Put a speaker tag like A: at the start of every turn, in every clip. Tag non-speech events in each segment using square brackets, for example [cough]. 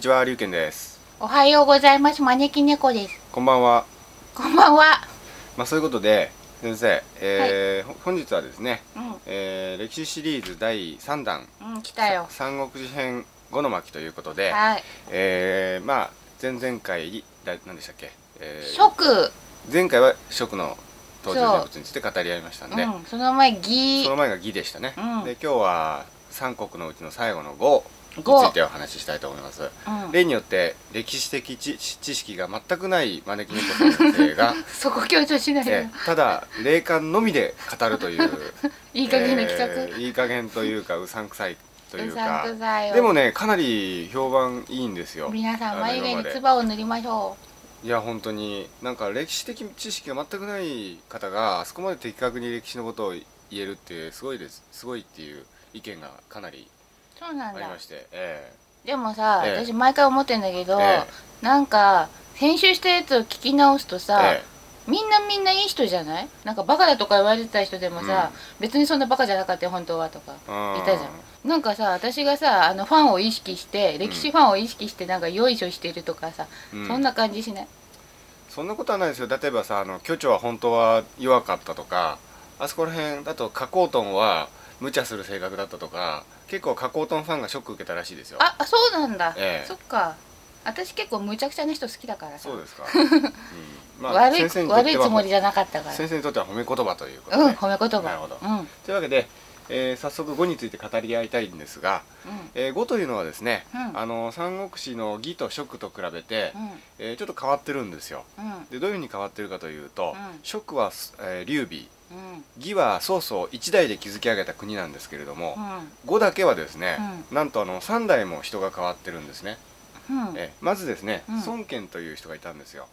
A: ちは、りゅうけんです。
B: おはようございます。招き猫です。
A: こんばんは。
B: こんばんは。
A: まあ、そういうことで、先生、えーほ本日はですね、
B: う
A: えー歴史シリーズ第3弾、
B: ん、うん、来たよ。
A: 三国志編五の巻ということで、
B: はい。
A: えーまあ、前々回、だ何でしたっけ、えー
B: 食、
A: 前回は食の登場人物について語り合いましたんで、
B: うん、その前ぎ
A: その前が義でしたね。
B: うん
A: で、今日は三国のうちの最後の五につ
B: 五
A: いてお話ししたいと思います。
B: うん、
A: 例によって歴史的知知識が全くない招き猫先生が
B: そこ強調しない
A: え
B: で。
A: ただ霊感のみで語るという
B: [laughs] いい加減な企
A: え
B: 画。
A: ーいい加減というかうさんくさいというう
B: さ
A: か
B: んくさいよ。
A: でもねかなり評判いいんですよ
B: 皆さん眉毛に
A: 唾
B: 唾を塗りましょ
A: いや本当になんか歴史的知識が全くない方があそこまで的確に歴史のことを言えるってすごいですすごいっていう意見がかなり
B: う。そうな
A: あ
B: ん
A: り
B: だ
A: ま。して、え
B: でもさ、
A: ええ
B: 私毎回思ってんだけど、
A: え
B: なんか編集したやつを聞き直すと
A: え
B: さ、
A: え
B: みんなみんないい人じゃないなんかバカだとか言われてた人でもさ、別にそんなバカじゃなかったよ本当はとか
A: えうん
B: いたじゃんなんかさ私がさあのファンを意識して歴史ファンを意識してなんかよいしょしてるとかさ、
A: うん
B: そんな感じしない
A: そんなことはないですよ例えばさあの巨長は本当は弱かったとかあそこら辺だと加工トンは無茶する性格だったとか結構加工トンファンがショック受けたらしいですよ
B: ああそうなんだ、
A: ええ
B: そっか私結構むちゃくちゃな人好きだからさ
A: そうです
B: [laughs]
A: か、うんまあ
B: 悪い
A: 先生にとっ
B: 悪
A: て
B: い
A: は
B: つもりじゃなかったから
A: 先生にとっては褒め言葉ということで、
B: うん褒め言葉
A: なるほど
B: うんうん
A: というわけで、えー早速語について語り合いたいんですが、え語というのはですね、
B: うん
A: あの三国志の義と食と比べて、
B: うん
A: えーちょっと変わってるんですよ
B: うん
A: でどういうふうに変わってるかというと、
B: うん
A: 食は、えー劉備
B: うん
A: 義は曹操一代で築き上げた国なんですけれども、
B: うん
A: 呉だけはですね、なんとあの3代も人が変わってるんですね、
B: うんうん
A: えまずですね、
B: うん
A: 孫権という人がいたんですよ、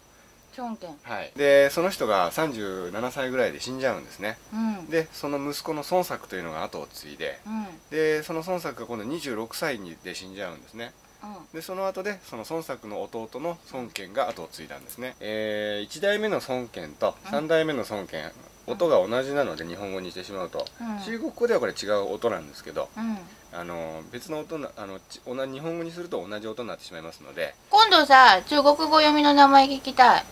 B: チョンケン
A: はい、でその人が37歳ぐらいで死んじゃうんですね
B: うん
A: でその息子の孫作というのが後を継いで
B: うん
A: でその孫作が今度26歳にで死んじゃうんですね
B: うん
A: でその後でその孫作の弟の孫権が後を継いだんですね、え1代目の孫権と3代目の孫権、音が同じなので日本語にしてしまうと、
B: うん
A: 中国語ではこれ違う音なんですけど
B: うん
A: あの別の音なあのち同じ日本語にすると同じ音になってしまいますので
B: 今度さ中国語読みの名前聞きたい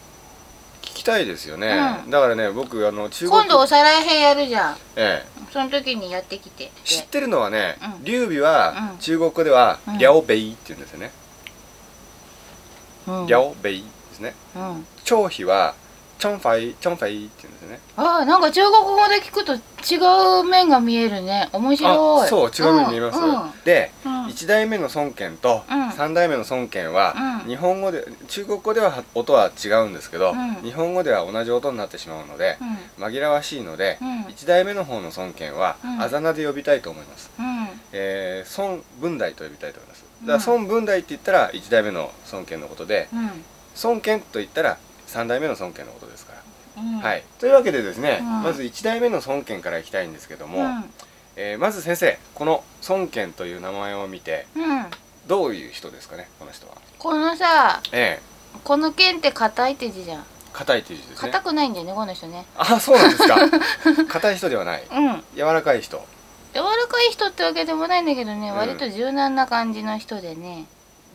A: 聞きたいですよね、
B: う
A: だからね僕あの中国
B: 今度おさらい編やるじゃん
A: ええ
B: その時にやってきて
A: 知ってるのはね、
B: うん
A: 劉備は
B: うん
A: 中国語では
B: う
A: 「
B: ん
A: リャオベイ」って言うんですよね
B: う
A: 「
B: ん
A: リャオベイ」ですね
B: うん
A: 張飛は「チョンファイチョンファイ」って言うんですよね
B: ああなんか中国語で聞くと違う面が見えるね面白い
A: あそう違うように見えます、
B: うんうん
A: で、
B: うん
A: 1代目の孫権と
B: うん
A: 3代目の孫権は
B: うん
A: 日本語で中国語では音は違うんですけど、
B: うん
A: 日本語では同じ音になってしまうので、
B: うん
A: 紛らわしいので、
B: うん
A: 一1代目の方の孫権は、
B: うん
A: あざなで呼びたいと思います、
B: うん
A: えー孫文大と呼びたいと思います
B: うん
A: だから孫文大って言ったら1代目の孫権のことで
B: うん
A: 孫権と言ったら3代目の孫権のことですから、
B: うん
A: はいというわけでですね、
B: うん
A: まず1代目の孫権からいきたいんですけど
B: う
A: も、
B: ん
A: えーまず先生この孫権という名前を見て
B: うん
A: どういう人ですかねこの人は
B: このさ
A: ええ
B: この剣って硬いって字じゃん
A: 硬いという字ですね
B: 硬くないんだよねこの人ね
A: あそうなんですか硬い人ではない
B: うん
A: 柔らかい人
B: 柔らかい人ってわけでもないんだけどね、
A: うん
B: 割と柔軟な感じの人でね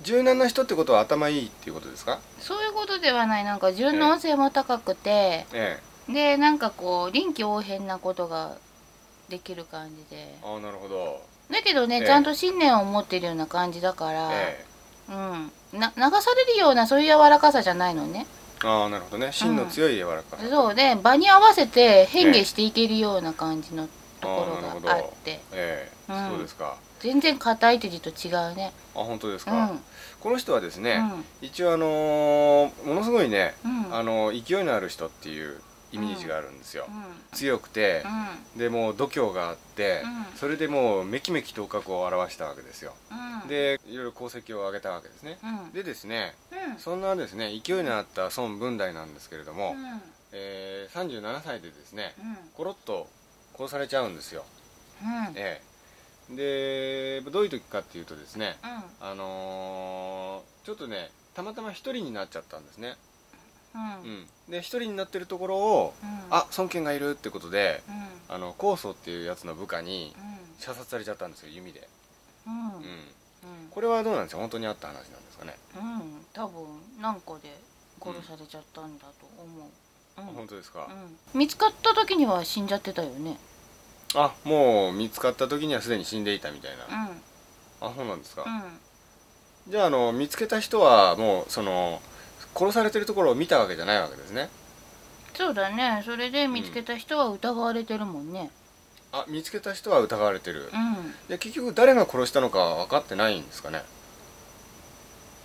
A: 柔軟な人ってことは頭いいっていうことですか
B: そういうことではないなんか柔軟性も高くて、
A: え
B: でなんかこう臨機応変なことができる感じで
A: えああなるほど
B: だけどね、
A: ええ
B: ちゃんと信念を持ってるような感じだから、
A: え
B: うんな流されるようなそういう柔らかさじゃないのね
A: えああなるほどね芯の強い柔らかさ、
B: そうで場に合わせて変化していけるような感じのとこ
A: あーなるほ
B: ろ
A: ど
B: があって
A: ええ
B: うん
A: そうですか
B: 全然硬い手字と違うね
A: あ本当です
B: う
A: か、
B: ん
A: この人はです
B: う
A: ね、
B: ん
A: 一応あのーものすごいね、
B: うん
A: あのー勢いのある人っていうイメージがあるんですよ、
B: うん
A: 強くて、でもう度胸があって、
B: うん
A: それでもうめきめき頭角を現したわけですよ、
B: うんうん
A: でいろいろ功績を上げたわけですね、
B: うんうん
A: でですね
B: うん
A: そんなですね勢いのあった孫文大なんですけれども、
B: うん
A: えー37歳でですね
B: うん
A: コロッと殺されちゃうんですよ、
B: うん
A: ええでどういう時かっていうとですね
B: うん
A: あのーちょっとねたまたま一人になっちゃったんですね、
B: うん
A: うんで一人になってるところを、
B: うん
A: あ孫権がいるってことで
B: うん
A: あの高祖っていうやつの部下に
B: う
A: 射殺されちゃったんですよ弓で、
B: んうん
A: うん、
B: うん
A: これはどうなんですか本当にあった話なんですかね、
B: うん多分なんかで殺されちゃったんだと思ううん、うん
A: 本当ですか、
B: 見つかった時には死んじゃってたよね
A: あもう見つかった時にはすでに死んでいたみたいな、
B: うん
A: あそうなんですか、
B: うん
A: じゃああの見つけた人はもうその殺されてるところを見たわけじゃないわけですね
B: そうだねそれで見つけた人は疑われてるもんね
A: あ見つけた人は疑われてる、
B: うん
A: で結局誰が殺したのかは分かってないんですかね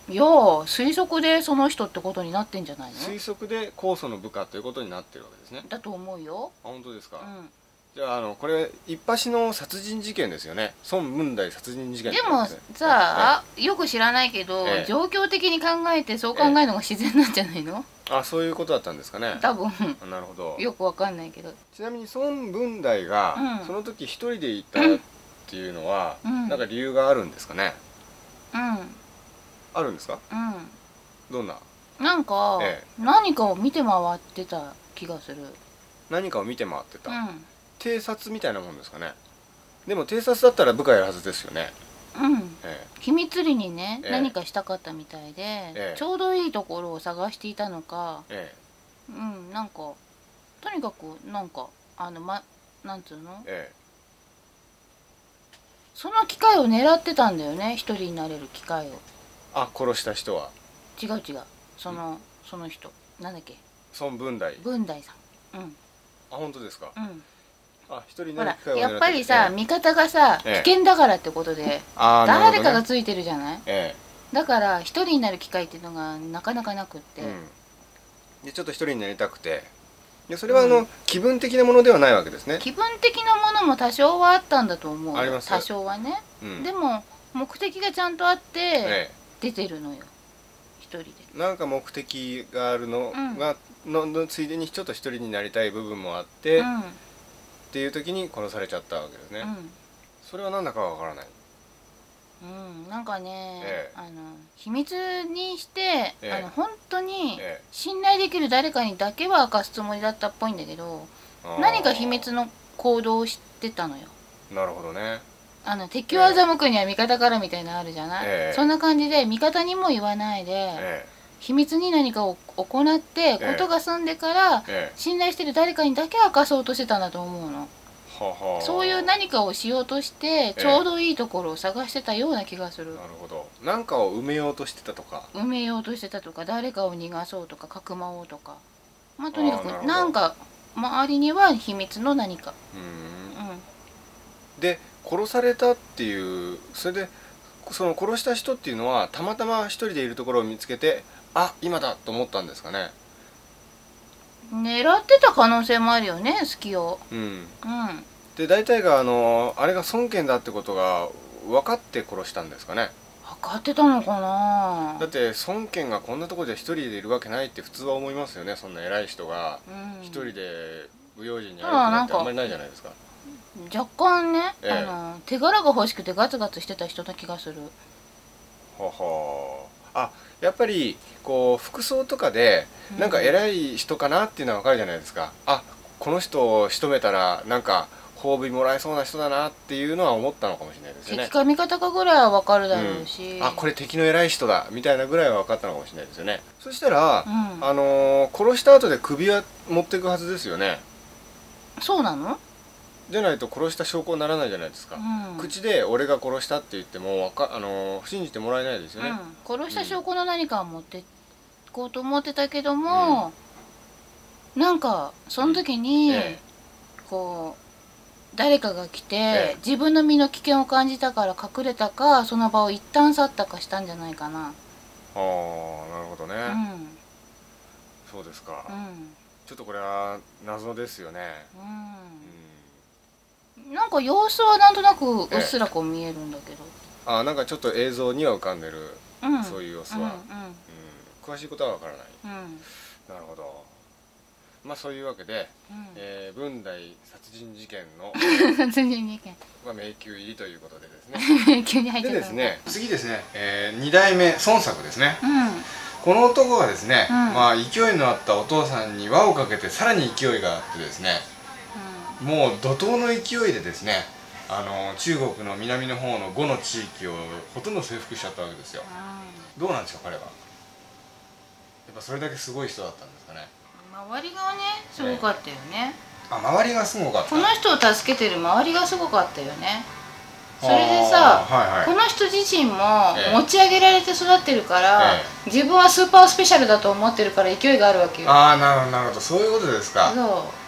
B: いやあ推測でその人ってことになってんじゃない
A: 推
B: の
A: 測で控訴の部下ということになってるわけですね
B: だと思うよ
A: あ本当ですか、
B: うん
A: じゃああのこれ一発の殺人事件ですよね孫文大殺人事件
B: で
A: ってこと
B: も
A: すね
B: さあよく知らないけど
A: ええ
B: 状況的に考えてそう考えるのが自然なんじゃないの
A: あそういうことだったんですかね
B: 多分
A: あなるほど
B: よくわかんないけど
A: ちなみに孫文大が
B: うん
A: その時一人でいたっていうのは、
B: うん
A: なんか理由があるんですかね
B: うん
A: あるんですか
B: う
A: どんなん
B: なんか
A: え
B: 何かを見て回ってた気がする
A: 何かを見て回ってた、
B: う
A: 偵察みたいなもんですかねでも偵察だったら部下やるはずですよね、
B: んうん
A: え
B: 秘密裏にね
A: ええ
B: 何かしたかったみたいで、
A: え
B: ちょうどいいところを探していたのか
A: ええ
B: うんなんかとにかくなんかあのまなんつうの
A: ええ
B: その機会を狙ってたんだよね一人になれる機会を
A: えあ殺した人は
B: 違う違うその、その人なんだっけ
A: 孫文大
B: 文大さんうん
A: あ本当ですか
B: うん
A: あ一人に
B: ほ
A: なる
B: ら
A: 機会を狙
B: やっぱりさ
A: ええ
B: 味方がさ危
A: ええ
B: 険だからってことで
A: あーなるほど
B: 誰
A: ね
B: かがついてるじゃない
A: え
B: だから一人になる機会っていうのがなかなかなくって
A: えうんでちょっと一人になりたくてでそれはあの、気分的なものではないわけですね、
B: 気分的なものも多少はあったんだと思う
A: あります
B: 多少はね、
A: うん、
B: でも目的がちゃんとあって
A: え
B: 出てるのよ一人で
A: えなんか目的があるの
B: うん
A: が、ののついでにちょっと一人になりたい部分もあって、
B: う
A: っ
B: ん
A: ていう時に殺されちゃったわけですね、それは何だかわからない
B: うん、うん、なんかね、
A: ええ
B: あの秘密にして、
A: ええ
B: あの本当に
A: ええ
B: 信頼できる誰かにだけは明かすつもりだったっぽいんだけど
A: あー
B: 何か秘密の行動をしてたのよ
A: なるほどね
B: あの敵を欺くには味方からみたいなのあるじゃない、
A: ええ
B: そんな感じで味方にも言わないで、
A: え
B: 秘密に何かを行って
A: ええ
B: ことが済んでから
A: ええ
B: 信頼してる誰かにだけ明かそうとしてたんだと思うの
A: えはは
B: そういう何かをしようとして
A: え
B: ちょうどいいところを探してたような気がする
A: なるほど何かを埋めようとしてたとか
B: 埋めようとしてたとか誰かを逃がそうとかかくまおうとかまあとにか
A: あーなるほ
B: く
A: ど
B: なんか周りには秘密の何か
A: うー
B: うんん
A: で殺されたっていうそれでその殺した人っていうのはたまたま一人でいるところを見つけてあ今だと思ったんですかね
B: 狙ってた可能性もあるよね隙を
A: うん
B: うん
A: で大体があのあれが孫権だってことが分かって殺したんですかね
B: 分かってたのかな
A: だって孫権がこんなところで一人でいるわけないって普通は思いますよねそんな偉い人が
B: うん
A: 一人で無用心に歩
B: あ
A: く
B: あな
A: なんんて
B: か
A: あんまりないじゃないですか
B: 若干ね、
A: ええ
B: あの手柄が欲しくてガツガツしてた人な気がする
A: ははあやっぱりこう服装とかでなんか偉い人かなっていうのはわかるじゃないですか、あこの人を仕留めたらなんか褒美もらえそうな人だなっていうのは思ったのかもしれないですよね
B: 敵か味方かぐらいは分かるだろうし、
A: あこれ敵の偉い人だみたいなぐらいは分かったのかもしれないですよねそしたら、
B: うん
A: あのー殺した後で首は持っていくはずですよね
B: そうなの、
A: じゃないと殺した証拠にならないじゃないですか、
B: うん
A: 口で俺が殺したって言ってもわか、あのー信じてもらえないですよね、
B: うん、殺した証拠の何かを持っていこうと思ってたけども、なんかその時に、
A: ええ
B: こう誰かが来て、
A: ええ
B: 自分の身の危険を感じたから隠れたかその場を一旦去ったかしたんじゃないか
A: あ
B: な、
A: あなるほどね、
B: うん
A: そうですか、
B: うん
A: ちょっとこれは謎ですよね、うん
B: なんか様子はなんとなくうっすらこう見えるんだけど、
A: あなんかちょっと映像には浮かんでる、
B: うん、
A: そういう様子
B: うん
A: は、うん詳しいことはわからない
B: うんうん
A: なるほどまあそういうわけで、
B: うん
A: えー文大殺人事件の、
B: [laughs] 全然意
A: まあ、迷宮入りということでですね
B: 見 [laughs] 急に入っち
A: で
B: ゃった
A: ですね次ですね、え2代目孫作ですね
B: うん
A: この男がですね、
B: うん
A: まあ勢いのあったお父さんに輪をかけてさらに勢いがあってですねもう怒涛の勢いでですねあの中国の南の方の5の地域をほとんど征服しちゃったわけですよ
B: あ
A: どうなんですか彼はやっぱそれだけすごい人だったんですかね
B: ー周りがねすごかったよね、
A: あ周りがすごかった
B: この人を助けてる周りがすごかったよねそれで
A: あ
B: さ、
A: ーはいはい
B: この人自身も
A: ええ
B: 持ち上げられて育ってるから、
A: え
B: 自分はスーパースペシャルだと思ってるから勢いがあるわけよ
A: ああなるほどなるほどそういうことですか
B: そ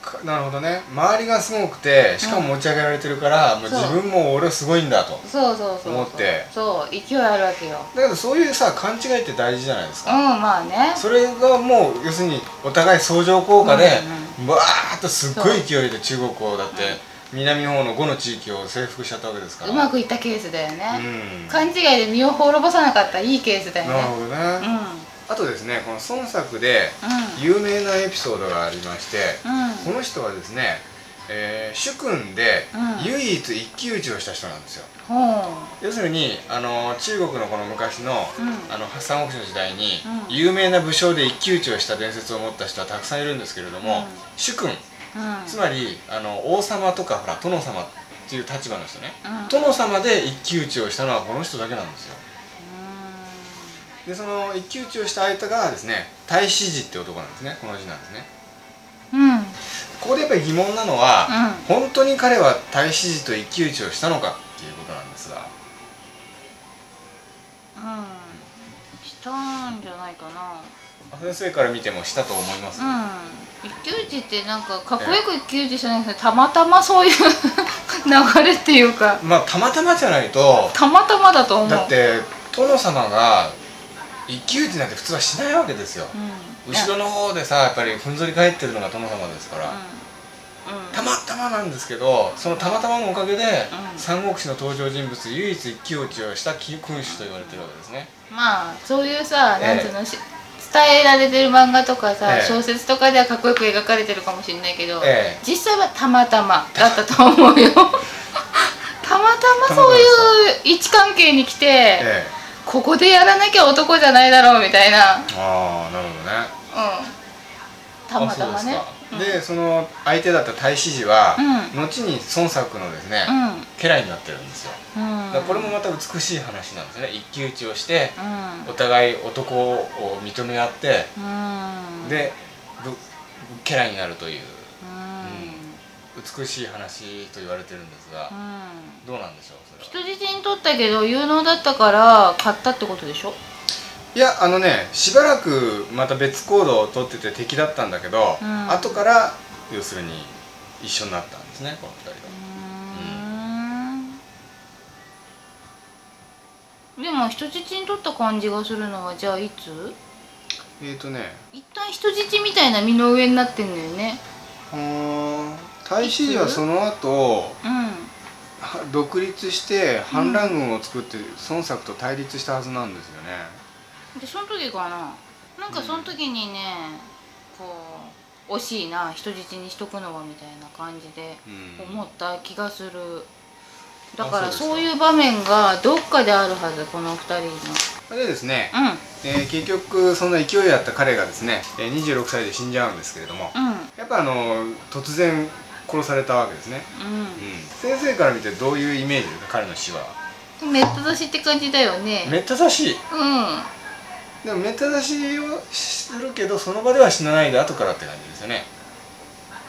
A: かなるほどね周りがすごくてしかも持ち上げられてるから、もう
B: そう
A: 自分も俺はすごいんだと
B: うそうそうそう
A: 思って
B: そう勢いあるわけよ
A: だけどそういうさ勘違いって大事じゃないです
B: うん
A: か、
B: まあね
A: それがもう要するにお互い相乗効果でわーっとすっごい勢いで中国をだって南の方の5の地域を征服しちゃったわけですから
B: うまくいったケースだよ
A: う
B: ね、
A: ん
B: 勘違いで身を滅ぼさなかったいいケースだよ
A: なる
B: ね
A: ほどね、
B: うんうん
A: あとですねこの孫作で有名なエピソードがありまして、
B: う
A: こ
B: ん
A: の人はですね、えー主君で
B: うん
A: 唯一一騎打ちをした人なんですよ、
B: ほ
A: 要するにあの中国のこの昔の,、
B: うん
A: あの三国志の時代に、
B: うん
A: 有名な武将で一騎打ちをした伝説を持った人はたくさんいるんですけれども、
B: うん
A: 主君
B: ううん
A: つまりあの王様とかほら殿様っていう立場の人ね、
B: うん
A: 殿様で一騎打ちをしたのはこの人だけなんですよでその一騎打ちをした相手がですね太子寺って男なんですねこの字なんですね
B: うんうん
A: ここでやっぱり疑問なのは、本当に彼は太子寺と一騎打ちをしたのかっていうことなんですが
B: うんしたんじゃないかな
A: 先生から見てもしたと思います、
B: うん一騎打ちってなんかかっこよく一騎打ちじゃないですねたまたま [laughs] そういう流れっていうか
A: まあたまたまじゃないと
B: たまたまだと思う
A: だって殿様が一騎打ちなんて普通はしないわけですよ、
B: うん、
A: 後ろの方でさやっぱりふんぞり返ってるのが殿様ですから、
B: うんうん
A: たまたまなんですけどそのたまたまのおかげで、
B: うん
A: 三国志の登場人物唯一一騎打ちをした君主と言われてるわけですね
B: まあそういうさ、
A: ええ
B: なんつうのし伝えられてる漫画とかさ、
A: ええ
B: 小説とかではかっこよく描かれてるかもしれないけど、
A: ええ
B: 実際はたまたまだったと思 [laughs] うよたまたまそういう位置関係に来て、
A: え
B: ここでやらなきゃ男じゃないだろうみたいな、うん、
A: えああなるほどね
B: たまたま
A: あそう
B: ね
A: ですかでその相手だった太子寺は、
B: う
A: 後に孫作のですね、家来になってるんですよ
B: うん、うん
A: だからこれもまた美しい話なんですね一騎打ちをして
B: うん
A: お互い男を認め合って
B: うん
A: でぶ家来になるという
B: うん
A: 美しい話と言われてるんですが、
B: うん
A: どうなんでしょうそれは
B: 人質に取ったけど有能だったから買ったってことでしょ
A: いやあのねしばらくまた別行動をとってて敵だったんだけど、
B: うん
A: 後から要するに一緒になったんですねこの二人が
B: でも人質に取った感じがするのはじゃあいつ
A: えーとね
B: 一旦人質みたいな身の上になってんのよね
A: 大使寺はその後
B: う
A: は独立して反乱軍を作って孫作と対立したはずなんですよね、
B: んでその時かななんかその時にね、こう惜しいな人質にしとくのはみたいな感じで
A: うん
B: 思った気がする、だ
A: あ
B: から
A: そ
B: そうう
A: ですか
B: いう場面がどっかであるはずこの二人の
A: それでですね、
B: うん
A: えー結局そんな勢いあった彼がですねえー26歳で死んじゃうんですけれども
B: うん
A: やっぱあの突然殺されたわけですね、うん、先生から見てどういうイメージですか彼の死は
B: うんめった出しって感じだよね
A: めった刺し
B: うん
A: でもめった刺しをするけどその場では死なないで後からって感じですよね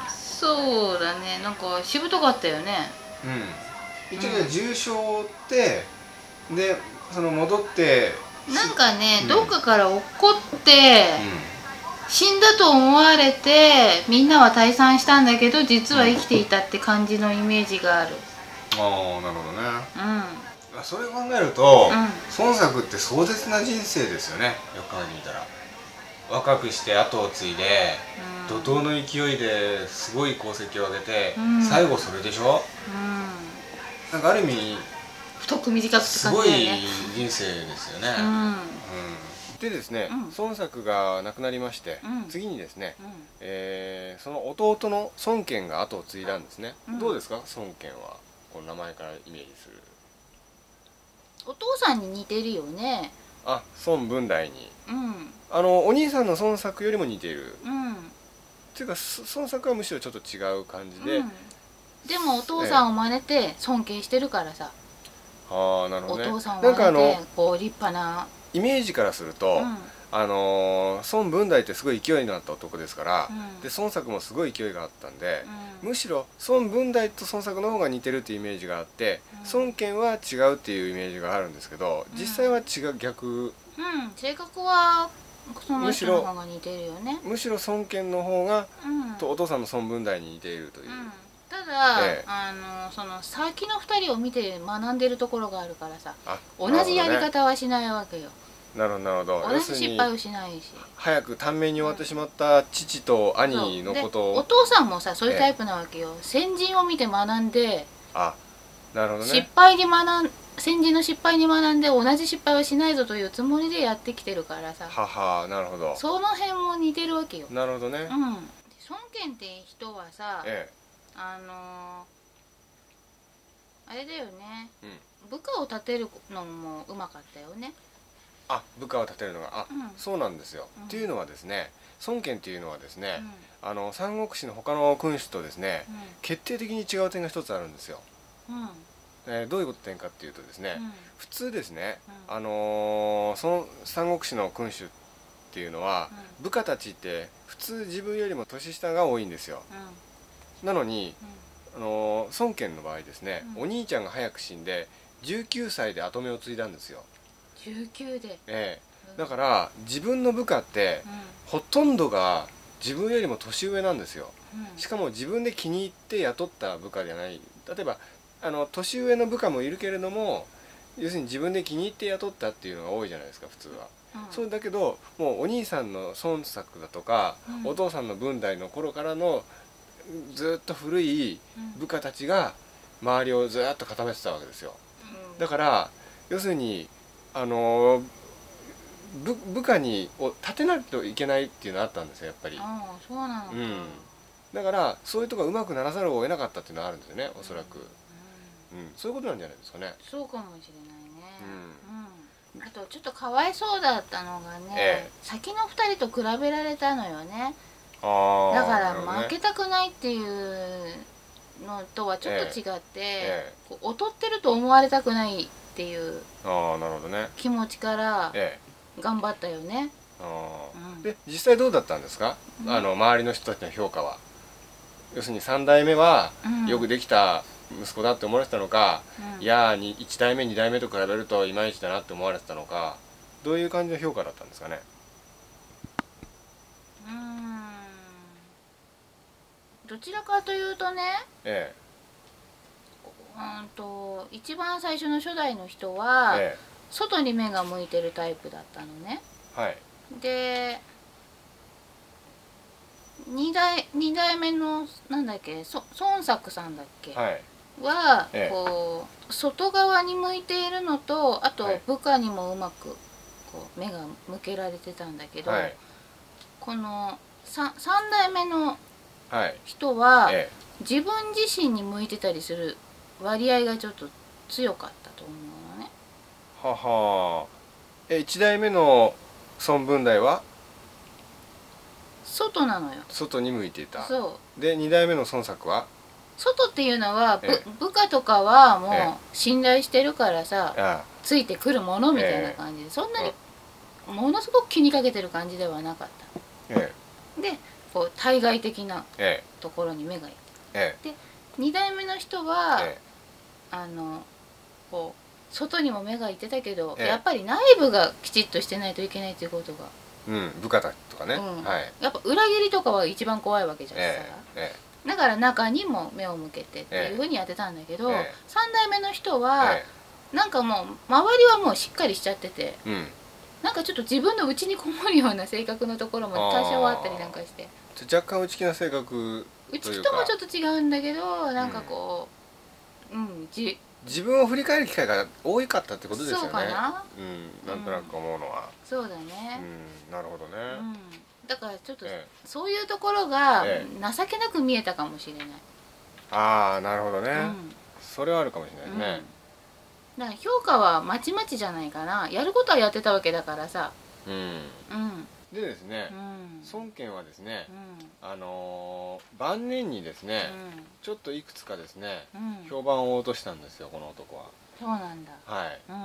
B: そうだねなんかしぶとかったよね
A: うん一応
B: うん
A: じゃあ重傷を負ってでその戻って
B: なんかね、
A: うん
B: どっかから怒って、
A: う
B: 死んだと思われてみんなは退散したんだけど実は生きていたって感じのイメージがある
A: ん、ああなるほどね
B: うん
A: あそれ考えると、
B: う
A: 孫作って壮絶な人生ですよねよく考えてみたら若くして後を継いで、
B: う
A: 怒涛
B: ん
A: の勢いですごい功績を上げて、
B: うん
A: 最後それでしょ
B: うん
A: なんかある意味
B: 太く短くって
A: す
B: 感
A: ごい
B: じだよね
A: 人生ですよね、
B: うんうん
A: でですね、
B: うん
A: 孫作が亡くなりまして、
B: うん
A: 次にですね、えーその弟の孫権が後を継いだんですね、
B: うん
A: どうですか孫権はこの名前からイメージする
B: お父さんに似てるよね
A: あ孫文大に
B: うん
A: あのお兄さんの孫作よりも似ている
B: うん
A: っていうかそ孫作はむしろちょっと違う感じで、
B: うんでもお父さんを真似て尊敬してるからさ、
A: ああなるほ
B: お
A: どね
B: 父さん
A: な
B: を
A: んかあ
B: 真似
A: の
B: てこう立派な、
A: イメージからすると、
B: うん
A: あのー孫文大ってすごい勢いのあった男ですから、
B: うん
A: で孫作もすごい勢いがあったんで、
B: うん
A: むしろ孫文大と孫作の方が似てるっていうイメージがあって、
B: うん
A: 孫権は違うっていうイメージがあるんですけど
B: うん
A: 実際は違う逆
B: うん、性格はその人の方が似てるよね、
A: むしろ孫権の方が
B: うん、
A: とお父さんの孫文大に似ているというう、
B: んただ、
A: ええ
B: あのその先の2人を見て学んでるところがあるからさ
A: あ
B: 同じやり
A: なるほどね
B: 方はしないわけよ、
A: なるほどなるほど
B: 同
A: 要
B: じ
A: する
B: 失
A: に
B: 敗をしないし
A: 早く短命に終わってしまった父と兄
B: そ
A: の
B: うで
A: こと
B: お
A: を
B: 父さんもさそういうタイプなわけよ、先人を見て学んで
A: あなるほど
B: 失
A: ね
B: 敗に学ん先人の失敗に学んで同じ失敗はしないぞというつもりでやってきてるからさ
A: ははなるほど
B: その辺も似てるわけよ、うん、
A: なるほどね、
B: 孫権って人はさ、
A: え
B: あのーあれだよね、
A: えうん
B: 部下を立てるのもうまかったよね、
A: あ部下を立てるのがあ、
B: うん
A: そうなんですよ、
B: うん
A: っていうのはですね孫権っていうのはです
B: う
A: ね
B: ん、
A: あの三国志の他の君主とですね
B: うん
A: 決定的に違う点が一つあるんですよ、
B: うん
A: えーどういうこと点かっていうとですね、
B: うん
A: 普通ですね、
B: うん
A: あのーその三国志の君主っていうのは、部下たちって普通自分よりも年下が多いんですよ
B: うん
A: なのに、
B: うん
A: あのー孫権の場合ですね、
B: うん
A: お兄ちゃんが早く死んで19歳で跡目を継いだんですよ、
B: 19で、
A: え
B: う
A: え
B: ん
A: だから自分の部下って
B: う
A: ほとんどが自分よりも年上なんですよ
B: んうん
A: しかも自分で気に入って雇った部下じゃない例えばあの年上の部下もいるけれども要するに自分で気に入って雇ったっていうのが多いじゃないですか普通は、
B: うん
A: そうだけどもうお兄さんの孫作だとか、
B: うん
A: お父さんの文代の頃からのずっと古い部下たちが周りをずっと固めてたわけですよ
B: うん
A: だから要するにあの部部下にを立てないといけないっていうのがあったんですよやっぱり、
B: ああそうなのか、
A: うん、だからそういうとこがうまくならざるを得なかったっていうのはあるんですよねおそらく、
B: うん
A: うん、そういうことなんじゃないですかね
B: そうかもしれないね、うんあとちょっとかわいそうだったのがね、
A: ええ
B: 先の2人と比べられたのよね
A: あ
B: だから負けたくないっていうのとはちょっと違って、
A: え
B: こう劣ってると思われたくないっていう
A: ああなるほどね
B: 気持ちから
A: ええ
B: 頑張ったよね。
A: あー
B: うん
A: で実際どうだったんですか、
B: うん
A: あの周りの人たちの評価は要するに3代目は
B: うん
A: よくできた息子だって思われてたのか、
B: うん
A: いやーに1代目2代目と比べるといまいちだなって思われてたのかどういう感じの評価だったんですかね
B: うーんどちらかというとね
A: え
B: うーんと一番最初の初代の人
A: え
B: は
A: え
B: 外に目が向いてるタイプだったのね。
A: えはい
B: で2代二代目のなんだっけそ孫作さんだっけ、
A: はい
B: は、
A: ええ
B: こう外側に向いているのとあと
A: はい
B: 部下にもうまくこう目が向けられてたんだけど、
A: はい
B: この 3, 三代目の
A: はい
B: 人は、
A: え
B: 自分自身に向いてたりする割合がちょっと強かったと思うのね。
A: えははえ1代目の孫文大は
B: 外なのよ
A: 外に向いていた
B: そう
A: で2代目の孫作は
B: 外っていうのはぶ
A: え
B: 部下とかはも
A: ええ
B: う信頼してるからさ
A: あ
B: ついてくるものみたいな感じでそんなにものすごく気にかけてる感じではなかっ
A: ええ
B: た。でこう対外的な
A: え
B: ところに目がいっ
A: え
B: て2代目の人は、
A: え
B: あのこう外にも目がいってたけど、
A: ええ
B: やっぱり内部がきちっとしてないといけないということが、
A: えうん部下たちとかね、
B: うん
A: はい
B: やっぱ裏切りとかは一番怖いわけじゃん、
A: ええ
B: だから中にも目を向けてっていうふうにやってたんだけど、
A: ええ
B: 3代目の人
A: え
B: は、
A: え
B: なんかもう周りはもうしっかりしちゃってて
A: えうん
B: なんかちょっと自分の内にこもるような性格のところも多少はあったりなんかして
A: ちょ若干内気な性格
B: 内
A: とい
B: 気
A: う
B: とも
A: か
B: ちょっと違うんだけどなんかこう、うんじ
A: 自分を振り返る機会が多かったってことですよね
B: そうかな
A: うん、なんとなく思うのは、
B: そうだね。
A: うんなるほどね、
B: うんだからちょっと
A: ええ
B: そういうところが
A: え
B: 情けなく見えたかもしれない、
A: ああなるほどね、
B: うん
A: それはあるかもしれ
B: うん
A: ないね、
B: だから評価はまちまちじゃないかなやることはやってたわけだからさ、
A: うん
B: うん、
A: でですね、
B: うん
A: 孫権はですね
B: う、ん
A: あのー晩年にですね、
B: うん
A: ちょっといくつかですね、
B: うん
A: 評判を落としたんですよこの男は
B: そうなんだ
A: はい
B: うん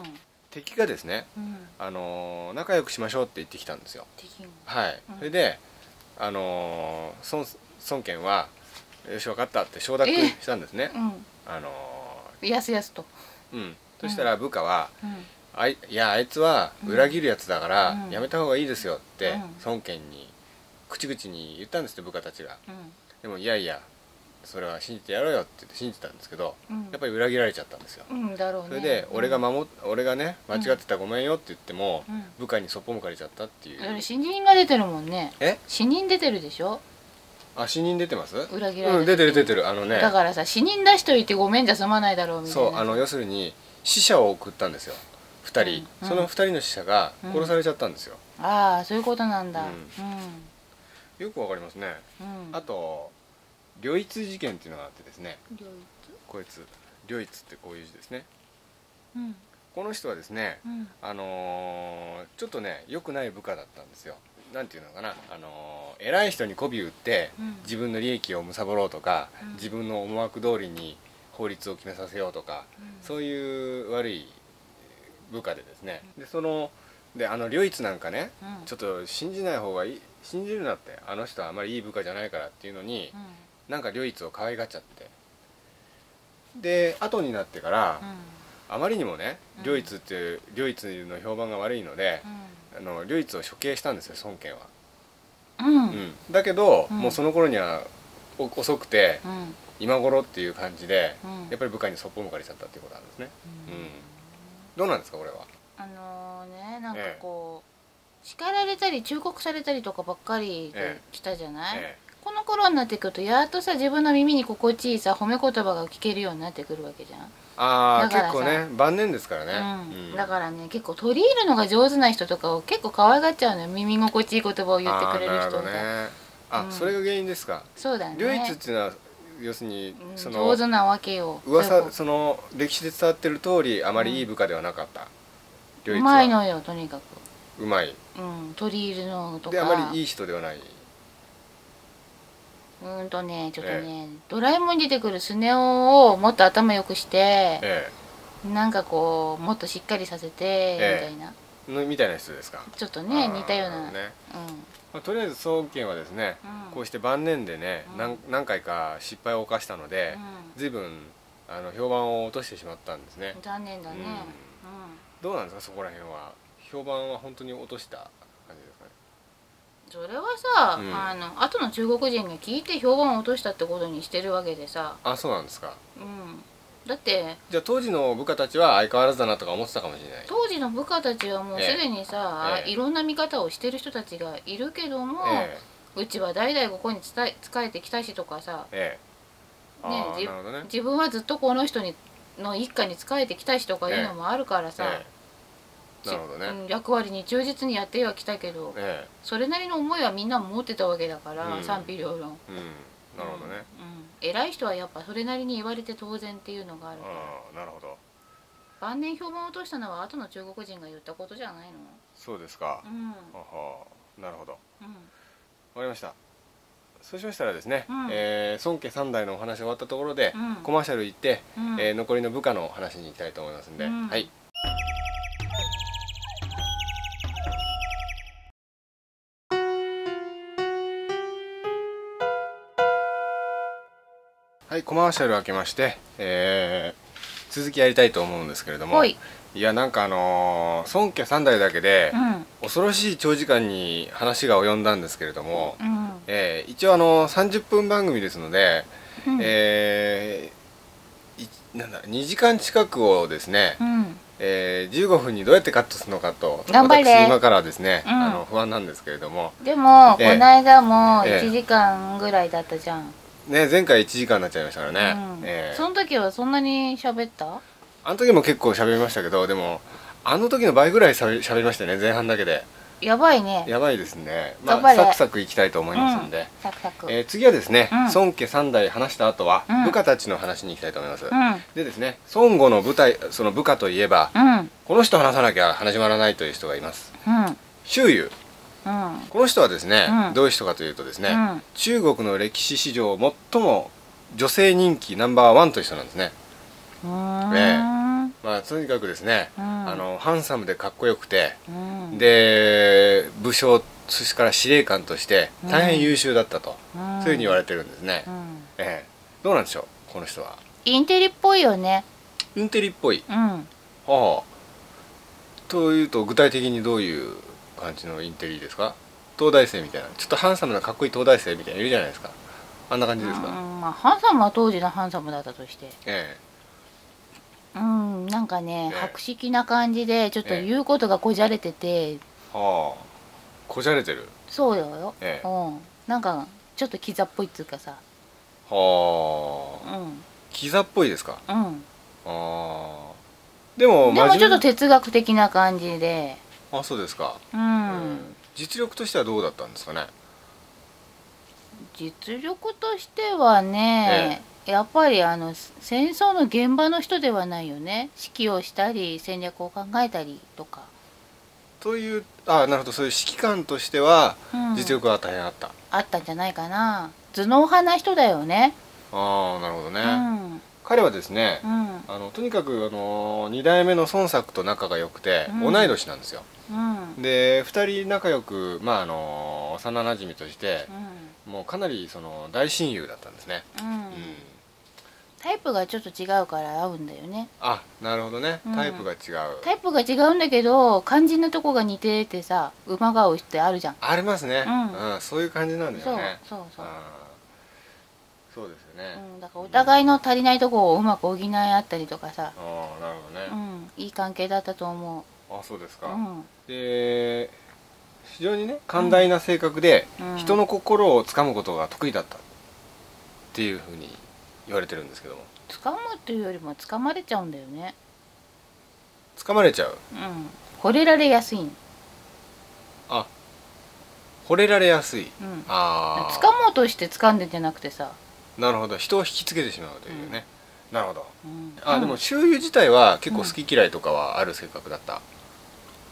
A: 敵がですね、
B: うん
A: あのー仲良くしましょうって言ってきたんですよ
B: 敵も
A: はい、
B: うん
A: それであのー孫孫権はよし分かったって承諾
B: え
A: したんですね、
B: うん
A: あの
B: やすやすと
A: ーうんそしたら部下は、
B: うん
A: あいいやあいつは裏切るやつだから、
B: うん
A: やめた方がいいですよって
B: うん
A: 孫権に口々に言ったんですって部下たちが
B: うん
A: でもいやいやそれは信じてやろうよって言って信じたんですけど
B: うん
A: やっぱり裏切られちゃったんですよ
B: うんだろうね
A: それで俺が守っ俺がね間違ってたらごめんよって言っても
B: うん
A: 部下にそっぽ向かれちゃったってい
B: うん
A: う
B: 死人が出てるもんね
A: え
B: 死人出てるでしょ
A: あ死人出てます
B: 裏切られた
A: うん出てる出てるあのね
B: だからさ死人出しといてごめんじゃ済まないだろうみたい
A: そう
B: な
A: あの要するに死者を送ったんですよ2人
B: うん
A: その2人の死者が殺されちゃったんですよ
B: ああそういうことなんだ
A: うんよくわかりますね
B: うん、うん、
A: あと両一事件っていうのがあってですね
B: 両一
A: こいつ両一ってこういう字ですね
B: うん
A: この人はですね
B: うん
A: あのーちょっとね良くない部下だったんですよなんていうのかな、あのー偉い人に媚び売って
B: うん
A: 自分の利益を貪ろうとか、
B: うん
A: 自分の思惑通りに法律を決めさせようとか、そういう悪い部下でですねでそのであの良一なんかね
B: うん
A: ちょっと信じない方がいい信じるなってあの人はあまりいい部下じゃないからっていうのに、
B: うん
A: なんか良一を可愛がっちゃってで後になってから、あまりにもね
B: うん
A: 良一っていう良一の評判が悪いので、あの良一を処刑したんですよ孫権は、
B: うんうんう
A: うんんだけど、
B: うん
A: もうその頃にはお遅くて
B: うん
A: 今頃っていう感じで、
B: うん
A: やっぱり部下にそっぽ向かれちゃったっていうことなんですね
B: う
A: うんんどうなんですかこれは
B: あのねなんかこう叱られたり忠告されたりとかばっかり
A: え
B: 来たじゃない、
A: え
B: この頃になってくるとやっとさ自分の耳に心地いいさ褒め言葉が聞けるようになってくるわけじゃん
A: ああ
B: だから
A: 結
B: さ
A: 構ね晩年ですからね、
B: うん
A: うん
B: だからね結構取り入るのが上手な人とかを結構可愛がっちゃうのよ耳心地いい言葉を言ってくれる
A: あーなほ
B: 人
A: ど
B: が、
A: ねあ、
B: うん
A: それが原因ですか
B: そうだね
A: 良一っていうのは要するに
B: うん
A: その、
B: 上手なわけよ
A: 噂その歴史で伝わってる通りあまりいい部下ではなかった、
B: う
A: 良一は
B: まいのよとにかく、
A: うまい
B: うん、取り入るのと
A: で
B: か
A: あまりいい人ではないう
B: ーんとねちょっと
A: え
B: ね、ドラえもんに出てくるスネ夫をもっと頭良くして、
A: え
B: なんかこうもっとしっかりさせて、
A: ええ
B: みたいな
A: えのみたいな人ですか
B: ちょっと
A: あ
B: ね
A: ー
B: 似たような
A: るほどね
B: う
A: まあ、とりあえず孫権はですね、
B: うん
A: こうして晩年でね、
B: うん
A: 何何回か失敗を犯したので
B: ん、、
A: 随分あの評判を落としてしまったんですね
B: うん、残念だね、
A: うん
B: うん
A: どうなんですかそこら辺は評判は本当に落とした感じですかね
B: それはさ、
A: うん
B: あの後の中国人が聞いて評判を落としたってことにしてるわけでさ、
A: あそうなんですか
B: うん、だって
A: じゃあ当時の部下たちは相変わらずだなとか思ってたかもしれない
B: 当時の部下たちはもう
A: ええ
B: すでにさ、
A: ええ
B: いろんな見方をしてる人たちがいるけども、
A: え
B: うちは代々ここに伝え仕えてきたしとかさ、
A: えええああ
B: じ
A: なるほどね
B: 自分はずっとこの人にの一家に仕えてきたしとかいうのもあるからさ、
A: ええ
B: じ
A: なるほどね、
B: うん役割に忠実にやってはきたけど、
A: え
B: それなりの思いはみんな持ってたわけだから、
A: うん
B: 賛否
A: え
B: 両論。
A: うんなるほどね、
B: うん、うん偉い人はやっぱそれなりに言われて当然っていうのがあるから
A: ああなるほど
B: 晩年評判を落としたのは後の中国人が言ったことじゃないの
A: そうですか、
B: うん
A: ははなるほどわ
B: う
A: かりましたそうしましたらですね、
B: うん
A: えー孫家三代のお話終わったところで、
B: うん
A: コマーシャル行って、
B: んうん
A: えー残りの部下のお話に行きたいと思いますんで、
B: うん
A: はいはいコマーシャル開けまして、えー続きやりたいと思うんですけれども
B: ほい
A: いやなんかあのー孫家三代だけで、
B: うん
A: 恐ろしい長時間に話が及んだんですけれども、
B: うん
A: えー一応あの30分番組ですので、
B: うん
A: えーいなんだ2時間近くをですね、
B: うん
A: えー15分にどうやってカットするのかと
B: 頑張れ
A: 私今からはですね、
B: うん
A: あの不安なんですけれども、
B: でも、
A: ええ
B: こないだも
A: ええ
B: 1時間ぐらいだったじゃん、
A: ね、前回1時間になっちゃいましたからね、
B: うん
A: えー
B: その時はそんなに喋った
A: あの時も結構喋りましたけどでもあの時の倍ぐらい喋り喋りましたね前半だけで
B: やばいね
A: やばいですね、ま
B: 頑張
A: あ、
B: れ
A: サクサクいきたいと思いますんで。
B: サクサク、
A: えー次はですね、
B: うん
A: 孫家三代話した後は、
B: うん
A: 部下たちの話に行きたいと思います、
B: うん
A: でですね孫悟の部隊その部下といえば、
B: うん
A: この人話さなきゃ始まらないという人がいます
B: うん
A: 周遊
B: うん
A: この人はですね、
B: うん
A: どういう人かというとですね、
B: うん
A: 中国の歴史史上最も女性人気ナンバーワンという人なんですね
B: うーん
A: まあとにかくですね、
B: うん
A: あのハンサムでかっこよくて、
B: うん
A: で武将それから司令官として
B: うん
A: 大変優秀だったと、
B: う
A: そうい
B: ん
A: うふうに言われてるんですね、
B: うん
A: ええどうなんでしょうこの人は
B: インテリっぽいよね
A: インテリっぽい
B: うん
A: はあというと具体的にどういう感じのインテリですか東大生みたいなちょっとハンサムなかっこいい東大生みたいないるじゃないですかあんな感じですか、
B: うんまあハンサムは当時のハンサムだったとして
A: え
B: うんなんかね
A: ええ
B: 博識な感じでちょっと
A: ええ
B: 言うことがこじゃれてて
A: えはあこじゃれてる
B: そうよ、
A: ええ
B: うんなんかちょっとキザっぽいっつうかさ
A: は
B: う
A: あ
B: ん
A: キザっぽいですか
B: うん
A: ああでも
B: でもちょっと
A: と
B: 哲学的な感じで
A: あそうですか、
B: う
A: うん実力としてはどうだったんですかね
B: 実力としてはね、やっぱりあの戦争の現場の人ではないよね指揮をしたり戦略を考えたりとか、
A: というああなるほどそういう指揮官としては
B: うん
A: 実力は大変あった、
B: あったんじゃないかな頭脳派な人だよね
A: ああなるほどね、
B: うんうん
A: 彼はですね、
B: うん
A: あのとにかく、あの2代目の孫作と仲が良くて、
B: うん
A: 同い年なんですよ
B: うん
A: で2人仲良く、まああの幼なじみとして、もうかなりその大親友だったんですね、
B: うん
A: うん
B: タイプがちょっと違うから合うんだよね
A: あなるほどね
B: うん
A: タイプが違う、
B: タイプが違うんだけど肝心なとこが似ててさ馬顔してあるじゃん
A: ありますね、
B: うん
A: うんそういう感じなんだ
B: そう
A: よね
B: そうそう、
A: あーそうですよね、
B: うん、だからお互いの足りないとこをうまく補い合ったりとかさ、
A: ああなるほど
B: う
A: ね、
B: ん、いい関係だったと思う
A: あそうです
B: う
A: か、
B: ん
A: で非常にね寛大な性格で、
B: うん
A: 人の心をつかむことが得意だったっていうふうに言われてるんですけども
B: 掴むというよりも掴まれちゃうんだよね
A: つかまれちゃう
B: うん惚れられやすいの
A: あ惚れられやすい
B: うん
A: あ
B: 掴
A: あ
B: もうとして掴んでんじゃなくてさ、
A: なるほど人を引きつけてしまうというね、なるほど
B: うん、
A: あ、
B: うん
A: でも周遊自体は結構好き嫌いとかはある性格だった、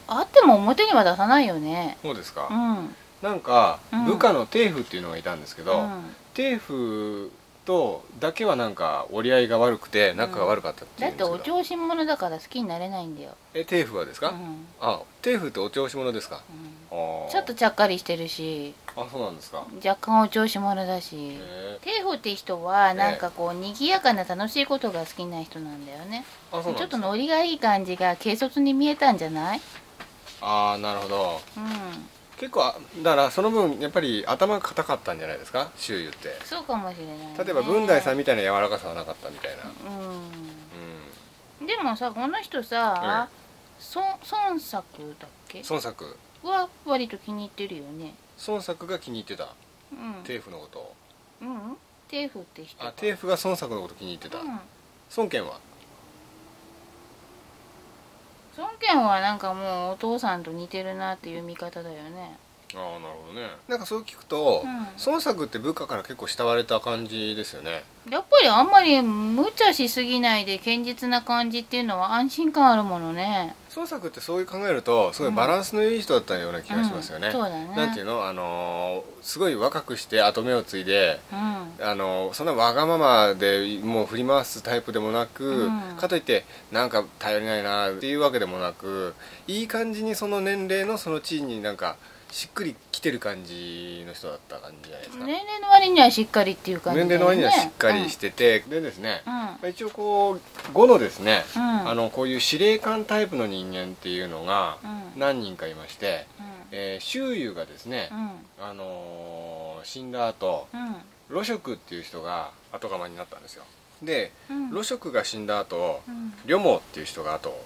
B: あっても表には出さないよね
A: そうですか、
B: うん
A: なんか
B: うん
A: 部下のテ夫っていうのがいたんですけど、
B: うん
A: テ夫とだけはなんか折り合いが悪くて仲が悪かったってい
B: だ
A: う
B: っ
A: ん
B: て
A: ですけど、
B: お調子者だから好きになれないんだよ、
A: えテーフはです
B: う
A: か、
B: ん
A: あテーフってお調子者ですか
B: うん
A: あー
B: ちょっとちゃっかりしてるし
A: あそうなんですか、
B: 若干お調子者だし
A: へー
B: テーホって人はなんかこう賑やかな楽しいことが好きな人なんだよね
A: あ
B: ち
A: そうなん
B: ょ
A: で
B: っ
A: す
B: と
A: か
B: ノリがいい感じが軽率に見えたんじゃない
A: ああなるほど
B: うん
A: 結構あだからその分やっぱり頭が硬かったんじゃないですか周遊って
B: そうかもしれないね、
A: 例えば文大さんみたいな柔らかさはなかったみたいな
B: う
A: うん
B: でもさこの人さ、孫孫作だっけ
A: ん孫作
B: は割と気に入ってるよね
A: 孫作が気に入ってた
B: うん
A: テーフのことを
B: うんテーフって人
A: あテーフが孫作のこと気に入ってた、
B: うん
A: 孫権は
B: 孫権はなんかもうお父さんと似てるなっていう見方だよね
A: ああなるほどねなんかそう聞くと、
B: うん
A: 孫作って部下から結構慕われた感じですよね
B: やっぱりあんまり無茶しすぎないで堅実な感じっていうのは安心感あるものね
A: 孫作ってそういう考えるとすごいバランスのいい人だったような気がしますよね、
B: うんそうだね
A: なんていうのあのーすごい若くして後目を継いで
B: うん
A: あのーそんなわがままでもう振り回すタイプでもなく、
B: うん
A: かといってなんか頼りないなっていうわけでもなくいい感じにその年齢のその地位になんかしっくりきてる感じの人だった感じじゃないですか、
B: 年齢の割にはしっかりっていう感じだ
A: 年
B: よね
A: 齢の割にはしっかりしてて、でですね、
B: うん、うん
A: まあ一応こう5のですね、
B: うん
A: あのこういう司令官タイプの人間っていうのが
B: うん
A: 何人かいまして、
B: う
A: えー周遊がですね、
B: ん
A: あのー死んだ後
B: うん
A: 露職っていう人が後釜になったんですよで
B: うん
A: 露職が死んだ後
B: うん
A: 旅毛っていう人が後を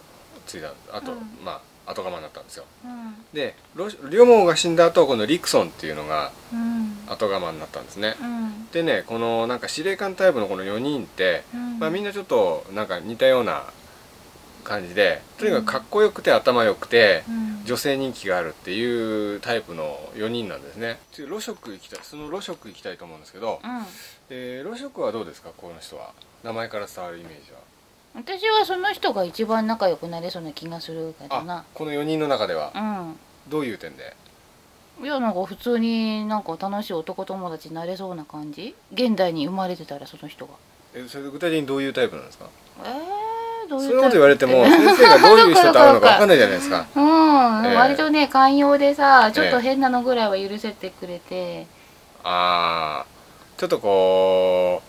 A: 継いだ後、
B: うん
A: まあ後釜になったんですよ
B: うん
A: で呂旅毛が死んだ後このリクソンっていうのが
B: うん
A: 後釜になったんですね
B: うん
A: でねこのなんか司令官タイプのこの4人って、
B: うん
A: まあ、みんなちょっとなんか似たような感じでとにかくかっこよくて頭良くて、
B: うん
A: 女性人気があるっていうタイプの4人なんですね次露食行きたいその露食行きたいと思うんですけど、
B: うん
A: えー、露食はどうですかこの人は名前から伝わるイメージは
B: 私はその人が一番仲良くなれそうな気がするけど
A: あ
B: な
A: この4人の中では
B: うん
A: どういう点で
B: いやなんか普通になんか楽しい男友達になれそうな感じ現代に生まれてたらその人が
A: えそれで具体的にどういうタイプなんですか
B: えー、どうい
A: そうういうこと言われ
B: [laughs]
A: ても
B: タイプっ
A: 先生がどういう人と会うのか分かんないじゃないですか
B: う
A: え
B: ん、
A: え
B: 割とね寛容でさちょっ
A: え
B: と
A: え
B: 変なのぐらいは許せてくれて、
A: ああちょっとこ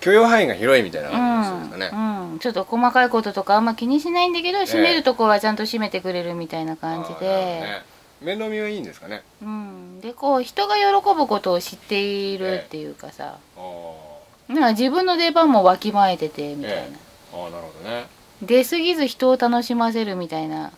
A: う許容範囲が広いみたいな感じの人ですかね、
B: うんうん、ちょっと細かいこととかあんま気にしないんだけど、閉めるとこはちゃんと閉めてくれるみたいな感じで、
A: あーなるほどね面倒見はいいんですかね
B: うん、でこう人が喜ぶことを知っているっていうかさ、
A: あー
B: なんか自分の出番もわきまえててみたいな、
A: えあーなるほどね
B: 出過ぎず人を楽しませるみたいな、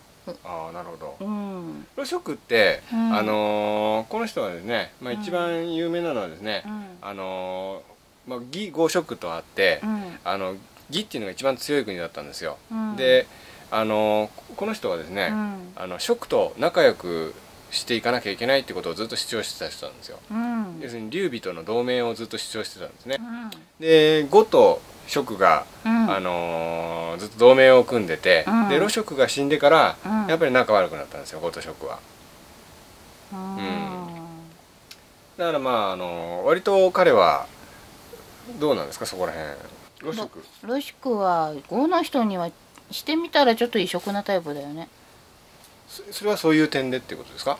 A: ああなるほど
B: うん、
A: ロショックって、
B: うん
A: あのーこの人はですね、まあ、一番有名なのはですね、
B: うん
A: あのーまあ、義合色とあって、
B: うん
A: あの義っていうのが一番強い国だったんですよ、
B: うん
A: で、あのーこの人はです
B: う
A: ね、
B: ん
A: あの食と仲良くしていかなきゃいけないってことをずっと主張してた人なんですよ、
B: うん
A: 要するに劉備との同盟をずっと主張してたんですね
B: う、ん
A: で呉と蜀が、
B: うん
A: あのーずっと同盟を組んでて、
B: うん
A: で呂蜀が死んでから、
B: うん
A: やっぱり仲悪くなったんですよ呉と蜀は
B: うん
A: だからまあ、あのー割と彼はどうなんですかそこら辺呂蜀
B: ロシクは豪の人にはしてみたらちょっと異色なタイプだよね
A: そそれはそういう点でっていうことですか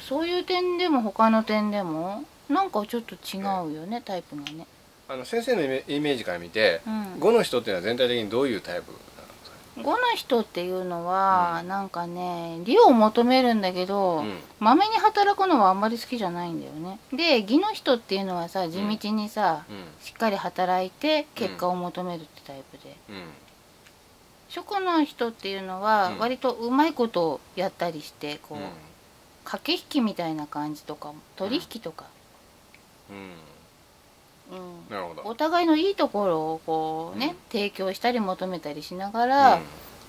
B: そういう点でも他の点でもなんかちょっと違うよね、タイプがね、
A: あの先生のイメイメージから見て、
B: うん、
A: 五の人っていうのは全体的にどういうタイプなんですか
B: 5の人っていうのは、なんかね理を求めるんだけど、
A: うん
B: まめに働くのはあんまり好きじゃないんだよねで義の人っていうのはさ地道にさ、しっかり働いて結果を求めるってタイプで
A: うんうん
B: 職の人っていうのは
A: うん
B: 割とうまいことをやったりしてこう、
A: うん
B: 駆け引きみたいな感じとかも取引とか、
A: うん
B: うん、
A: なるほど
B: お互いのいいところをこうね、
A: うん
B: 提供したり求めたりしながら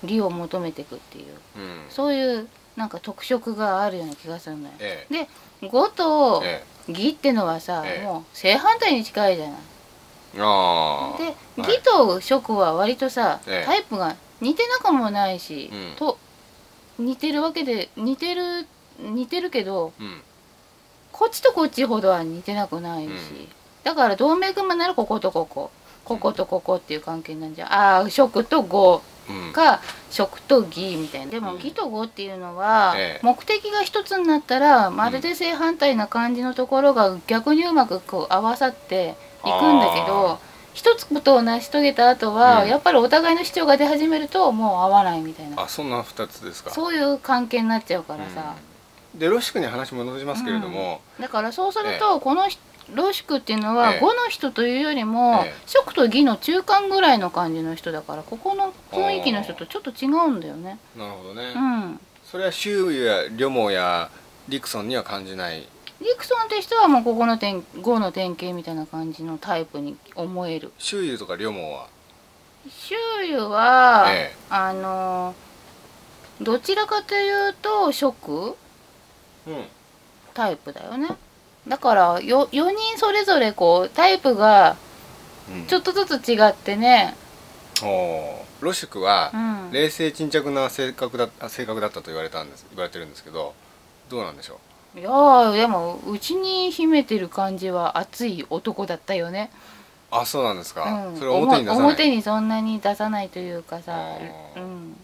B: 利を求めていくっていう
A: うんうん
B: そういうなんか特色があるような気がするのよ。
A: ええ
B: で5と
A: え
B: 義ってのはさ、
A: ええ
B: もう正反対に近いじゃない。
A: えああ
B: で
A: はい
B: 義と職は割とさ、
A: ええ
B: タイプが似てなくもないし、
A: うん
B: と似てるわけで似てる似てるけど
A: うん
B: こっちとこっちほどは似てなくないし、
A: うん
B: だから同盟組むならこことこここことここっていう関係なんじゃんああ食と語
A: うん
B: か食と義みたいなでも
A: うん
B: 義と語っていうのは
A: ええ
B: 目的が一つになったらまるで正反対な感じのところが逆にうまくこう合わさっていくんだけ
A: あ
B: ど一つことを成し遂げた後は、
A: うん
B: やっぱりお互いの主張が出始めるともう合わないみたいな
A: あそんな二つですか
B: そういう関係になっちゃうからさ。
A: うんでロシックに話戻しますけれども、
B: だからそうすると、このひ老宿っていうのは、
A: ええ
B: 5の人というよりも、
A: ええ
B: 食と義の中間ぐらいの感じの人だからここの雰囲気の人とちょっと違うんだよね。
A: なるほどね、
B: うん、
A: それは周囲や旅毛やリクソンには感じない
B: リクソンって人はもうここの点5の典型みたいな感じのタイプに思える。
A: 周遊とか旅毛は
B: 周囲は、
A: ええ
B: あのどちらかというと食
A: うん
B: タイプだよね。だからよ4人それぞれこうタイプが
A: うん
B: ちょっとずつ違ってね。
A: おーロシックは
B: うん
A: 冷静沈着な性格だあ性格だったと言われたんです言われてるんですけどどうなんでしょ
B: いやーでもうちに秘めてる感じは熱い男だったよね、
A: うあそうなんですか、
B: うん、
A: それ表に出さない
B: 表にそんなに出さないというかさ
A: あ、
B: う
A: ー
B: ん、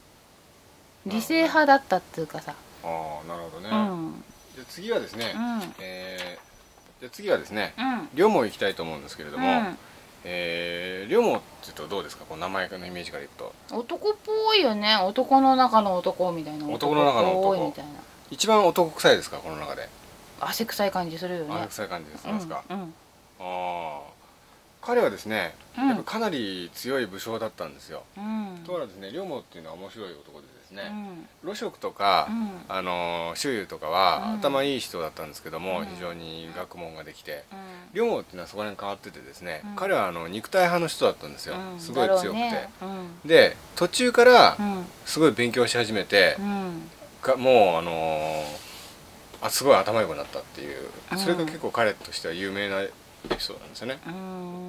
B: 理性派だったっていうかさ、
A: ああなるほどね、
B: うんうん
A: じゃあ次はですね、
B: うん
A: えーじゃあ次はですね
B: うん
A: 両毛行きたいと思うんですけれども、
B: うん
A: えー、両毛っていうとどうですかこの名前のイメージからいくと
B: 男っぽいよね男の中の男みたいな
A: 男の中の男
B: っぽいみたいな
A: 一番男臭いですかこの中で
B: 汗臭い感じするよ
A: あ
B: ね
A: 臭い感じです
B: うん
A: ますか、
B: うん
A: ああ彼はですね、
B: うん
A: やっぱかなり強い武将だったんですよ、
B: うん
A: ところがですね龍馬っていうのは面白い男でです
B: う
A: ね、
B: ん
A: 呂色とか、
B: うん
A: あの周遊とか
B: う
A: は
B: ん
A: 頭いい人だったんですけども、
B: うん
A: 非常に学問ができて
B: うん
A: 龍馬っていうのはそこら辺変わっててですね、
B: うん
A: 彼はあの肉体派の人だったんですよ、
B: うん
A: すごい
B: だろ
A: 強くて、
B: うねうん
A: で途中から
B: うん
A: すごい勉強し始めて、
B: うん
A: かもうあのーあすごい頭良くなったっていう
B: うん
A: それが結構彼としては有名なエピソードなんですよね、
B: う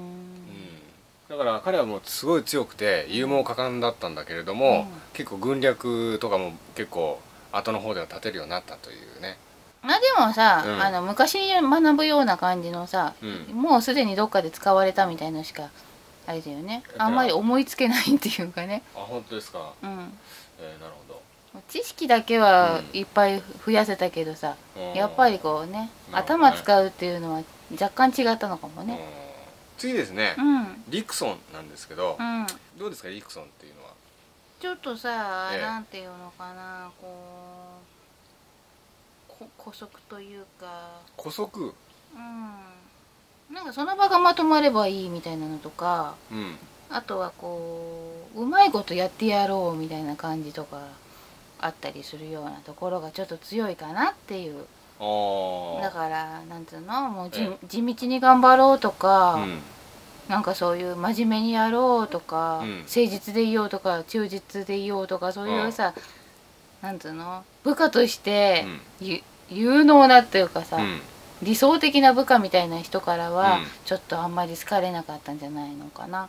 A: うん
B: ん
A: だから彼はもうすごい強くて勇猛果敢だったんだけれども、
B: うん
A: 結構軍略とかも結構後の方では立てるようになったというね、
B: あでもさ、
A: うん
B: あの昔学ぶような感じのさ、
A: うん
B: もうすでにどっかで使われたみたいのしかあれだよね
A: だから
B: あんまり思いつけないっていうかね、
A: あ本当ですか、
B: うん、
A: えーなるほ
B: 知識だけは
A: うん
B: いっぱい増やせたけどさ、
A: どうん
B: やっぱりこうね
A: なるほどね
B: 頭使うっていうのは若干違ったのかも
A: うん
B: ね
A: 次ですね、
B: うん、うん、
A: リクソンなんですけど、どうですかリクソンっていうのは
B: ちょっとさ、
A: ええ
B: なんていうのかなこうこ古速というか
A: 古速
B: うんなんかその場がまとまればいいみたいなのとか
A: うん
B: あとはこううまいことやってやろうみたいな感じとかあったりするようなところがちょっと強いかなっていうだ
A: あ
B: からなんつうのもうじ
A: え
B: 地道に頑張ろうと
A: あ
B: か、
A: うん
B: なんかそういう真面目にやろうとか、
A: うん
B: 誠実でいようとか忠実でいようとかそういうさ、なんつうの部下として
A: うん
B: ゆ、有能なっていうかさ、
A: うん
B: 理想的な部下みたいな人からは、
A: うん
B: ちょっとあんまり好かれなかったんじゃないのかな。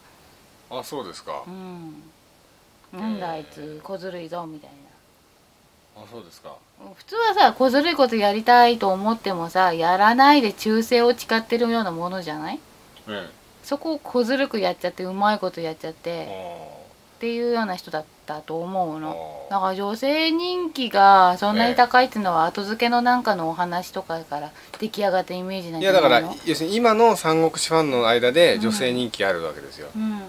A: あそうですか
B: う、ん、なんだあ
A: え
B: い
A: ー
B: つ小ずるいぞみたい
A: あそうですか
B: な普通はさ小ずるいことやりたいと思ってもさやらないで忠誠を誓ってるようなものじゃない
A: え
B: そこを小ずるくやっちゃってうまいことやっちゃっ
A: え
B: て
A: あ
B: っていうような人だったと思うの
A: ー
B: だから女性人気がそんなに高いっていうのは後付けのなんかのお話とかから出来上がったイメージなん
A: い
B: じゃ
A: や
B: な
A: だ
B: いの
A: から要するに今の三国志ファンの間で
B: うん
A: 女性人気あるわけですよ、
B: うん、
A: うん、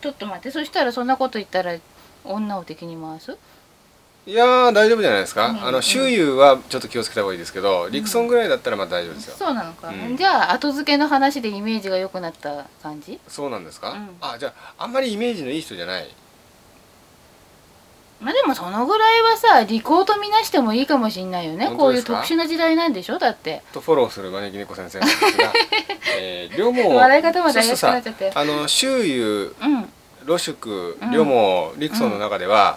B: ちょっと待ってそしたらそんなこと言ったら女を敵に回す
A: いやー大丈夫じゃないですか、
B: うん
A: あの周遊はちょっと気をつけた方がいいですけど、リクソンぐらいだったらまあ大丈夫ですよ、
B: そうなのか、
A: うん
B: じゃあ後付けの話でイメージが良くなった感じ
A: そうなんですか、
B: うん
A: あじゃああんまりイメージのいい人じゃない
B: まあでもそのぐらいはさ利口とみなしてもいいかもしんないよね
A: 本
B: こ
A: 当
B: うい
A: で
B: う
A: すか
B: 特殊な時代なんでしょだって
A: とフォローする招き猫先生なんです
B: [laughs]
A: が、えー、両も
B: 笑い方ま
A: そ
B: で
A: う
B: 怪
A: す
B: し
A: ると
B: くな
A: さ
B: っちゃって
A: あの周遊
B: うんうん
A: 露宿
B: うん
A: 両もリクソンの中では、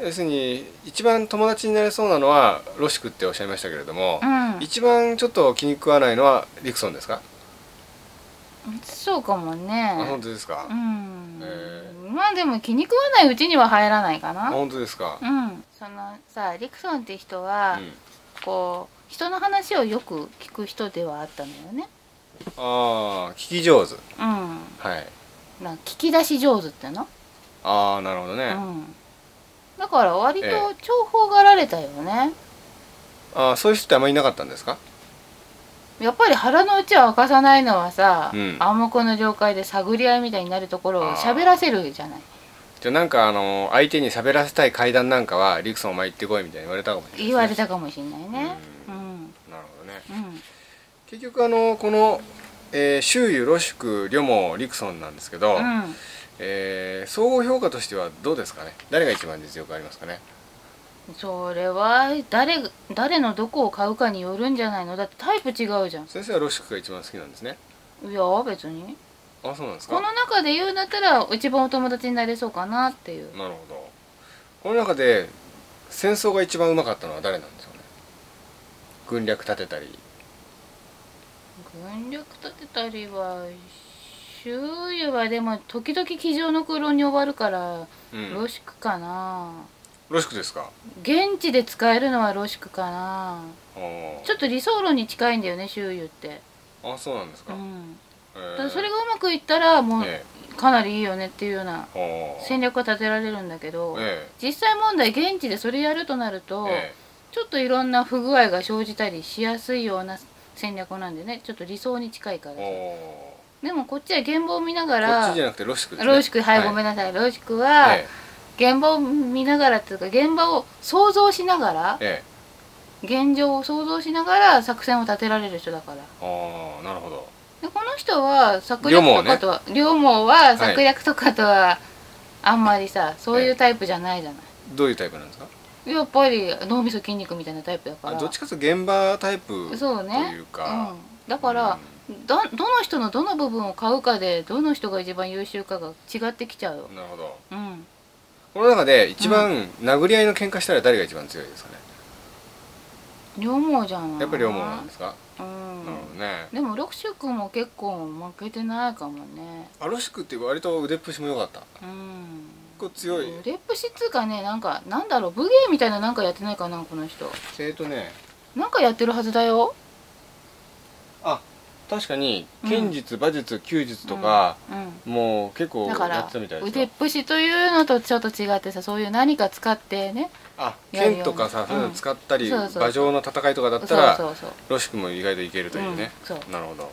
A: 要するに一番友達になれそうなのは露宿っておっしゃいましたけれども、
B: う
A: 一番ちょっと気に食わないのはリクソンですか、
B: んそうかも
A: あ本
B: ね
A: 当ですか、
B: うん
A: え
B: まあでも気に食わないうちには入らないか
A: あ
B: な
A: 本当ですか、
B: うんそのさリクソンって人
A: うん
B: は、こう人の話をよく聞く人ではあったのよね
A: ああ聞き上手
B: うん
A: はい
B: なんか聞き出し上手っての
A: ああなるほどね、
B: うんだから割と
A: ええ
B: 重宝がられたよね、
A: ああそういう人ってあんまりいなかったんですか
B: やっぱり腹の内を明かさないのはさ、
A: うん
B: 暗黙の了解で探り合いみたいになるところを
A: あー
B: 喋らせるじゃない
A: じゃあなんかあの相手に喋らせたい会談なんかはリクソンお前行ってこいみたいに言われたかもしれないですね、
B: 言われたかもしれないね
A: う
B: うんん
A: なるほどね
B: うん
A: 結局あのこの、えー周遊露宿旅もリクソンなんですけど、
B: うん
A: えー総合評価としてはどうですかね誰が一番実力ありますかね
B: それは誰が誰のどこを買うかによるんじゃないのだってタイプ違うじゃん
A: 先生は露宿が一番好きなんですね
B: いや別に
A: あそうなんですか
B: この中で言うんだったら一番お友達になれそうかなっていう
A: なるほどこの中で戦争が一番うまかったのは誰なんでしょうね軍略立てたり
B: 軍略立てたりは周囲はでも時々机上の空論に終わるから
A: うん
B: ロシクかな、
A: 露宿ですか
B: 現地で使えるのはロシクかな
A: あー
B: ちょっと理想論に近いんだよね周遊って、
A: あそうなんです
B: う
A: か、
B: ん、
A: え
B: た
A: ー
B: だそれがうまくいったらも
A: え
B: うかなりいいよねっていうような
A: えあー
B: 戦略が立てられるんだけど
A: え
B: 実際問題現地でそれやるとなる
A: え
B: と
A: え
B: ちょっといろんな不具合が生じたりしやすいような戦略なんでねちょっと理想に近いから
A: え
B: さ
A: おー
B: でもこっちは現場を見なが
A: こっ
B: ら
A: ちじゃなくてロシクですね
B: ロシクはいごめんなさいロシクは
A: え
B: 現場を見ながらっていうか現場を想像しながら
A: えええ
B: 現状を想像しながら作戦を立てられる人だから
A: ああなるほど
B: でこの人は策略とかとは両毛は策略とかとはあんまりさそういうタイプじゃないじゃな
A: どういうタイプなんですか
B: いやっぱり脳みそ筋肉みたいなタイプだか
A: あ
B: ら
A: どっちかというと現場タイプと
B: そうね
A: いう
B: う
A: か
B: ん、だから、どどの人のどの部分を買うかでどの人が一番優秀かが違ってきちゃうよ
A: なるほど
B: うん
A: この中で一番殴り合いの喧嘩したら誰が一番強いですかね
B: 両毛じゃない
A: やっぱり両毛なんですか
B: うん
A: なるほどね
B: でも六州君も結構負けてないかもね
A: あロシクって割と腕っぷしも良かった
B: うん
A: 構強い
B: 腕っぷしっつうかねなんかなんだろう武芸みたいななんかやってないかなこの人
A: えっとね
B: なんかやってるはずだよ
A: あ確かに剣術馬術弓術とか、
B: う
A: もう結構
B: んだか
A: やっ
B: ら
A: てたみたいです
B: 腕っ
A: よ
B: ぷしというのとちょっと違ってさそういう何か使ってね
A: あ
B: や
A: 剣
B: るような
A: とかさそういうの使ったり、
B: うんそうそうそう
A: 馬上の戦いとかだ
B: そ
A: っ
B: う
A: たら
B: そうそう
A: ロシ君も意外といけるというね、
B: うんそう
A: なるほど、
B: う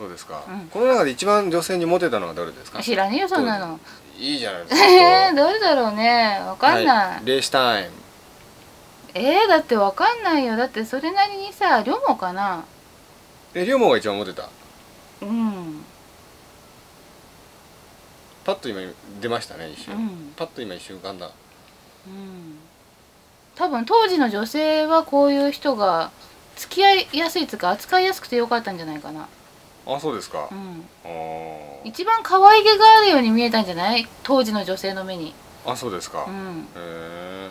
A: どうですか、
B: うん
A: この中で一番女性にモテたのはどれです
B: [laughs]
A: か
B: ん知らねえよそんなの
A: いいじゃないですか
B: えー、どれだろうねわかんない、
A: レースタイム
B: えー、だってわかんないよだってそれなりにさ両もかな
A: え龍門が一番モテた
B: うん
A: パッと今出ましたね一瞬、
B: うん
A: パッと今一瞬浮かんだ
B: うん多分当時の女性はこういう人が付き合いやすいつうか扱いやすくてよかったんじゃないかな、
A: あそうですか、
B: うん、
A: あー
B: 一番可愛げがあるように見えたんじゃない当時の女性の目に、
A: あそうですか、
B: う
A: へ
B: ん、
A: え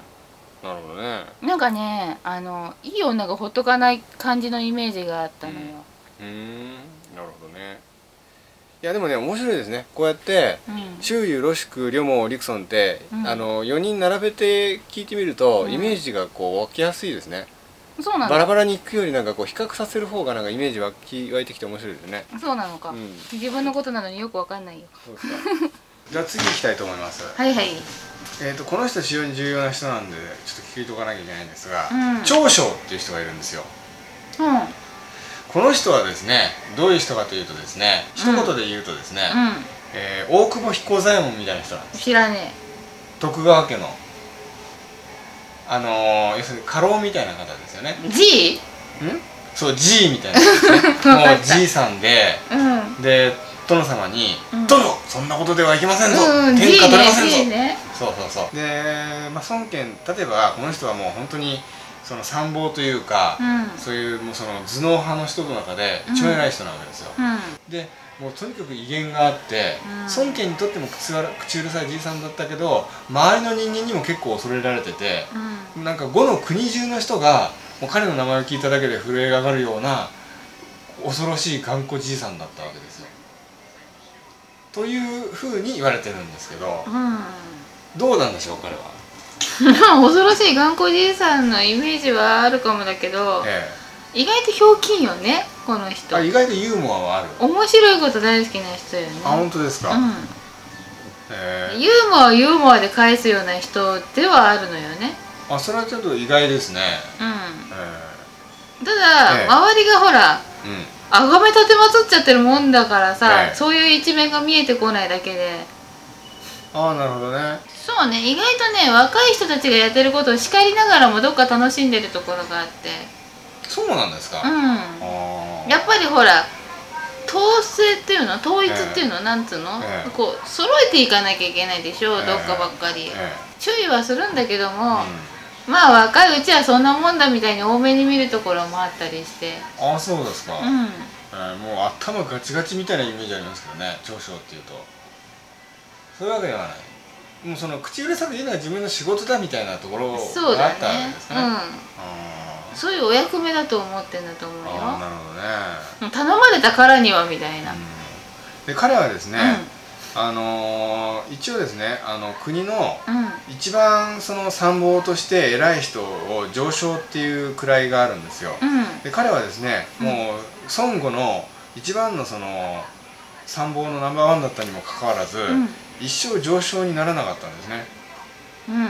A: なるほどね
B: なんかねあのいい女がほっとかない感じのイメージがあったのよ、
A: うーんなるほどねいやでもね面白いですねこうやって
B: うん
A: 周遊ロシクリョモリクソンって、
B: うん
A: あの4人並べて聞いてみると、
B: うん
A: イメージがこう湧きやすいですね
B: そうな
A: バラ
B: の
A: バラに聞くよりなんかこう比較させる方がなんかイメージ湧き湧いてきて面白いですね
B: そうなのか、
A: うん
B: 自分のことなのによくわかんないよ
A: そうですかじゃあ次行きたいと思います、
B: はいはい
A: えー、とこの人非常に重要な人なんでちょっと聞いておかなきゃいけないんですが、
B: うん
A: 長将っていう人がいるんですよ
B: うんうん
A: この人はですねどういう人かというとですね一
B: うん
A: 言で言うとですね、えー大久保彦左衛門みたいな人なんです
B: 知らね
A: 徳川家のあのー、要するに家老みたいな方ですよね
B: え G?
A: んそうじいみたいな人
B: [laughs]
A: ですね
B: わか
A: も
B: っ
A: う
B: た
A: じいさんで
B: うん
A: で殿様に「
B: うん
A: 殿そんなことではいけませんぞ、
B: うん、G
A: 天下取れませんぞ」
B: ね G ね
A: そうそうそうで、まあ、孫権例えばこの人はもう本当にその参謀というか、
B: う
A: そういうもうその頭脳派の人の中で一番偉い人なわけですよ、
B: んうん
A: でもうとにかく威厳があって、
B: うん
A: 孫権にとっても口わら口うるさいじいさんだったけど周りの人間にも結構恐れられててなんか五の国中の人がもう彼の名前を聞いただけで震えが上がるような恐ろしい頑固じいさんだったわけですよ。というふうに言われてるんですけど
B: うん、
A: どうなんでしょう彼は。
B: うん、恐ろしい頑固じいさんのイメージはあるかもだけど
A: え
B: 意外とひょうきんよねこの
A: え、
B: 人
A: あ意外とユーモアはある、
B: 面白いこと大好きな人よね
A: あ本当ですか、
B: う
A: ええ
B: ん、ユーモアをユーモアで返すような人ではあるのよね
A: あそれはちょっと意外ですね
B: うん
A: え
B: ただ、
A: ええ
B: 周りがほら
A: えうん
B: あがめ立てまつっちゃってるもんだからさ、
A: ええ
B: そういう一面が見えてこないだけで
A: ああなるほどね
B: そうね意外とね若い人たちがやってることを叱りながらもどっか楽しんでるところがあって
A: そうなんですか、ああ
B: うんやっぱりほら統制っていうの統一っていうの、なんつうの、
A: ええ
B: こう揃えていかなきゃいけないでしょ、
A: ええ
B: どっかばっかり、
A: ええ
B: 注意はするんだけど
A: うん
B: も、まあ若いうちはそんなもんだみたいに多めに見るところもあったりして
A: ああそうですか、
B: う
A: え
B: ん
A: えもう頭ガチガチみたいなイメージありますけどね上昇っていうとそういうわけではないもうその口うるさく言うのが自分の仕事だみたいなところがあっ
B: そうだね
A: たわけですねあ
B: う
A: あ
B: んそういうお役目だと思ってんだと思うよ
A: ああなるほどね、
B: うん頼まれたからにはみたいな、
A: うん、で彼はですね、あのー一応ですねあの国の
B: うんうん
A: 一番その参謀として偉い人を上昇っていう位があるんですよ
B: うん
A: で彼はですね
B: うん
A: もう孫悟の一番のその参謀のナンバーワンだったにもかかわらず、
B: うん
A: 一生上昇にならなかったんですね、
B: うん
A: うん、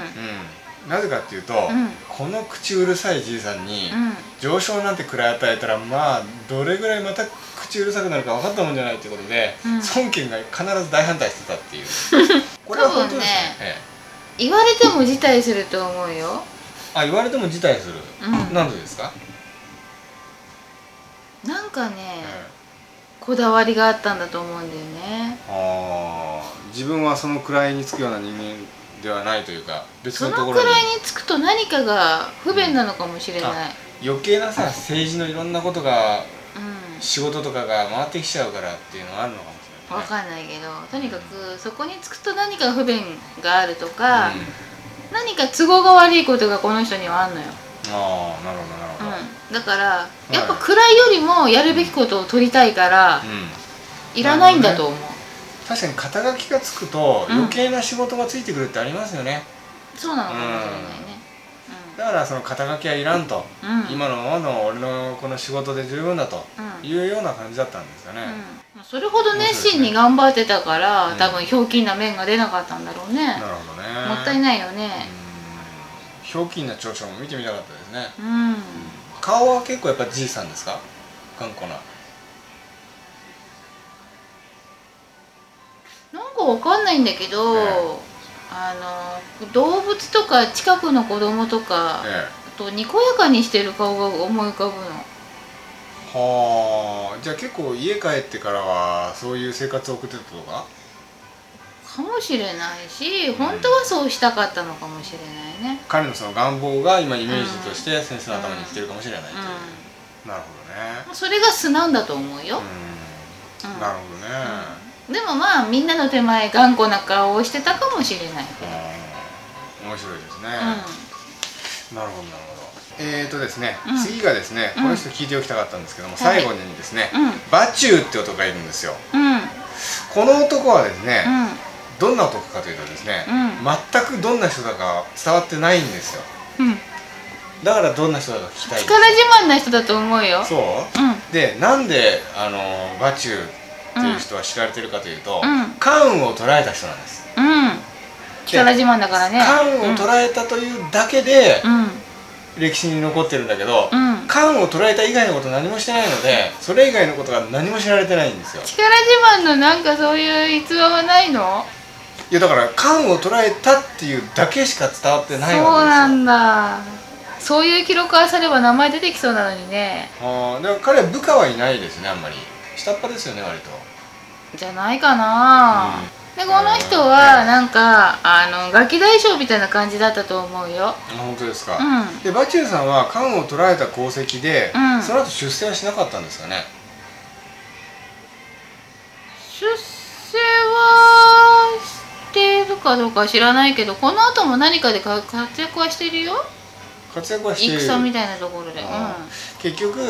A: なぜかっていうと、
B: ん
A: この口うるさいじいさんに
B: うん
A: 上昇なんて位与えたらまあどれぐらいまた口うるさくなるか分かったもんじゃないということで、
B: うん
A: 孫権が必ず大反対してたってい
B: [laughs]
A: うこれは本当ですねええ
B: 言われても辞退すると思うよ
A: あ言われても辞退する、
B: うん
A: なんでですか、
B: なんかね、
A: ええ
B: こだわりがあったんだと思うんだよね
A: あー自分はその位につくような人間ではないというか別
B: そ
A: のと
B: の
A: こ
B: く
A: ろ
B: ら
A: に
B: いにつくと何かが不便なのかもしれない、
A: 余計なさ政治のいろんなことが
B: うん
A: 仕事とかが回ってきちゃうからっていうのはあるのかもしれない、
B: わかんないけどとにかくそこにつくと何か不便があるとか、
A: うん
B: 何か都合が悪いことがこの人にはあんのよ、
A: ああなるほどなるほど、
B: うん、だから
A: い
B: やっぱ位よりもやるべきことを取りたいから
A: うん
B: いらないんだと思う、
A: 確かに肩書きがつくと
B: うん
A: 余計な仕事がついてくるってありますよね、
B: そうなのかもしれないね
A: だからその肩書きはいらんと、
B: うん、うん、
A: 今のままの俺のこの仕事で十分だと
B: うん、
A: いうような感じだったんですよね、
B: うん、それほど熱心に頑張ってたから、多分ひょうきんな面が出なかったんだろうね、
A: なるほどね
B: もったい
A: い
B: ないよね
A: ひょうきんな長所も見てみたかったですね
B: うん、
A: 顔は結構やっぱじいさんですか頑固な
B: なんかわかんないんだけど、
A: え
B: あの動物とか近くの子供とか、
A: ええ
B: あとにこやかにしてる顔が思い浮かぶの
A: はあじゃあ結構家帰ってからはそういう生活を送ってたとか
B: かもしれないし
A: ん
B: 本当はそうしたかったのかもしれないね、
A: 彼のその願望が今イメージとして先生の頭に来てるかもしれないという、
B: う
A: なる
B: ん、それが素なんだと思うよ
A: ほどね、うん
B: うん
A: なるほどね、
B: うんでもまあみんなの手前頑固な顔をしてたかもしれないけど、
A: うん面白いですね、
B: う
A: なるほどなるほどえーとですね、
B: うん
A: 次がですね
B: うん
A: この人聞いておきたかったんですけども、
B: い
A: 最後にですね、
B: んうん
A: バチューって男がいるんですよ
B: うん
A: この男はですね、
B: うん
A: どんな男かというとですね、
B: うん
A: 全くどんな人だか伝わってないんですよ
B: うん
A: だからどんな人だか聞きたい
B: 力自慢な人だと思うよ
A: そう
B: うんうん
A: でなんであのバチューっていう人は知られてるかというと、
B: うん
A: 関羽を捕らえた人なんです、
B: 力自慢だからね
A: 関羽を捕らえたというだけで
B: うん
A: 歴史に残ってるんだけど、
B: うん、うん、
A: 関羽を捕らえた以外のこと何もしてないのでそれ以外のことが何も知られてないんですよ
B: 力自慢のなんかそういう逸話はないの
A: いやだから関羽を捕らえたっていうだけしか伝わってない
B: そうな
A: わけですよ
B: んだそういう記録あされば名前出てきそうなのにね
A: あーだから彼は部下はいないですねあんまり下っ端ですよね割と
B: じゃないかな、でこの人はなんかあのガキ大将みたいな感じだったと思うよ
A: あ本当ですか、
B: うん
A: でバチューさんは関羽を捕らえた功績で、
B: うん
A: その後出世はしなかったんですかね
B: 出世はしてるかどうかは知らないけどこの後も何かでか活躍はしてるよ
A: 活躍はしている
B: 戦みたいなところでうん
A: あ結局、
B: うん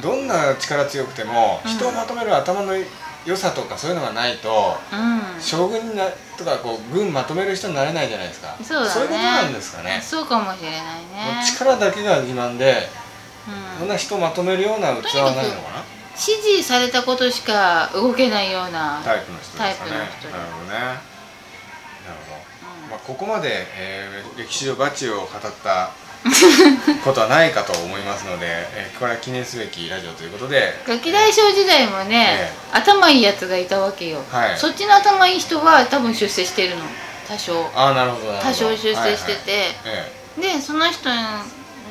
A: どんな力強くても、
B: うん
A: 人をまとめる頭の良さとかそういうのがないと、
B: うん
A: 将軍になとかこう軍まとめる人になれないじゃないですか
B: そうだ
A: いう
B: ね
A: ことなんですかね
B: そうかもしれない
A: も
B: ね
A: う力だけが自慢で、そ
B: うんん
A: な人をまとめるような器はないのかな
B: 指示されたことしか動けないような
A: タイプの人ですかね
B: タイプの人です
A: なるほどねなるほどまあ、ここまで、えー歴史上バチを語った
B: [laughs]
A: ことはないかと思いますので、えーこれは記念すべきラジオということで
B: ガキ大将時代もね、
A: え
B: 頭いいやつがいたわけよ、
A: はい
B: そっちの頭いい人は多分出世してるの多少
A: ああなるほどなるほど
B: 多少出世してて、
A: はいはいえ
B: でその人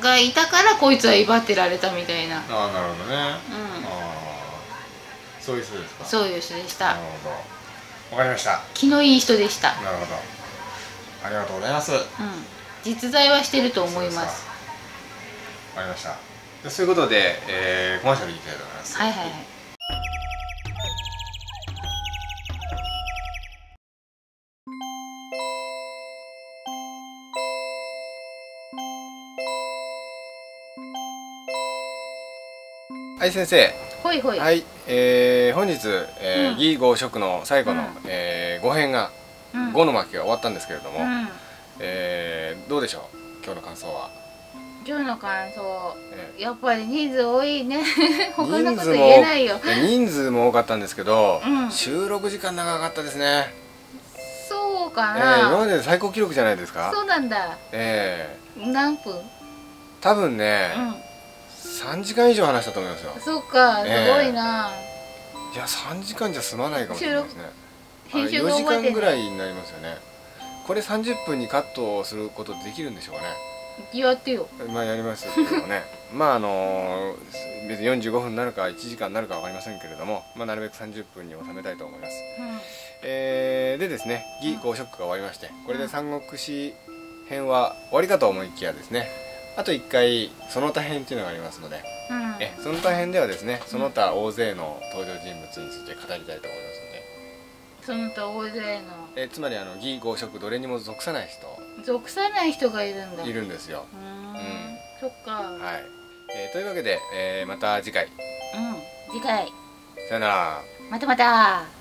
B: がいたからこいつは威張ってられたみたいな、うん
A: え、ああなるほどね、ああそういう人ですか
B: そういう人でし
A: な
B: た
A: るほどわかりました
B: 気のいい人でした、
A: なるほどありがとうございます
B: うん、実在はしてると思い
A: そう
B: ま
A: ですかわかりましたじゃあそういうことで、えーコマーシャルいきたいと思います
B: はいはいはい
A: はい先生
B: ほいほい、
A: はい、えー本日、え
B: う
A: ー
B: ん
A: 義合色の最後の、
B: うん
A: え5編が、
B: うん
A: 5の巻が終わったんですけれども、
B: うん
A: えーどうでしょう今日の感想は、
B: 今日の感想
A: え
B: やっぱり人数多いね
A: ー
B: 他のこ
A: 人
B: と
A: 数も
B: 言えないよ
A: え人数も多かったんですけど、
B: うん
A: 収録時間長かったですね、
B: そうか
A: えー今
B: な、
A: までで最高記録じゃないですか
B: そうなんだ
A: えー
B: 何分うん
A: 多分ね、3時間以上話したと思いますよ
B: そうかす
A: ええ
B: ごいな、
A: いや3時間じゃ済まないかもしれないですね
B: 編集
A: 4
B: が
A: 時
B: 覚えて
A: 間ぐら
B: ない
A: いになりますよねこれ30分にカットをすることできるんでしょうかね
B: やってよ
A: まあやりますけどもね [laughs] まああのー別に45分になるか1時間になるかわかりませんけれども、まあ、なるべく30分に収めたいと思います、
B: う
A: えーでですね「義合ショック」が終わりましてこれで三国志編は終わりかと思いきやですねあと1回その他編っていうのがありますので
B: んうん
A: えその他編ではですねその他大勢の登場人物について語りたいと思いますので
B: その他大勢
A: えつまりあの義合職どれにも属さない
B: の属さない人がいるんだ
A: 人いるんですよ
B: うーん
A: ん
B: そっか、
A: はい、えーというわけで、えーまた次回
B: うん次回
A: さよなら
B: またまた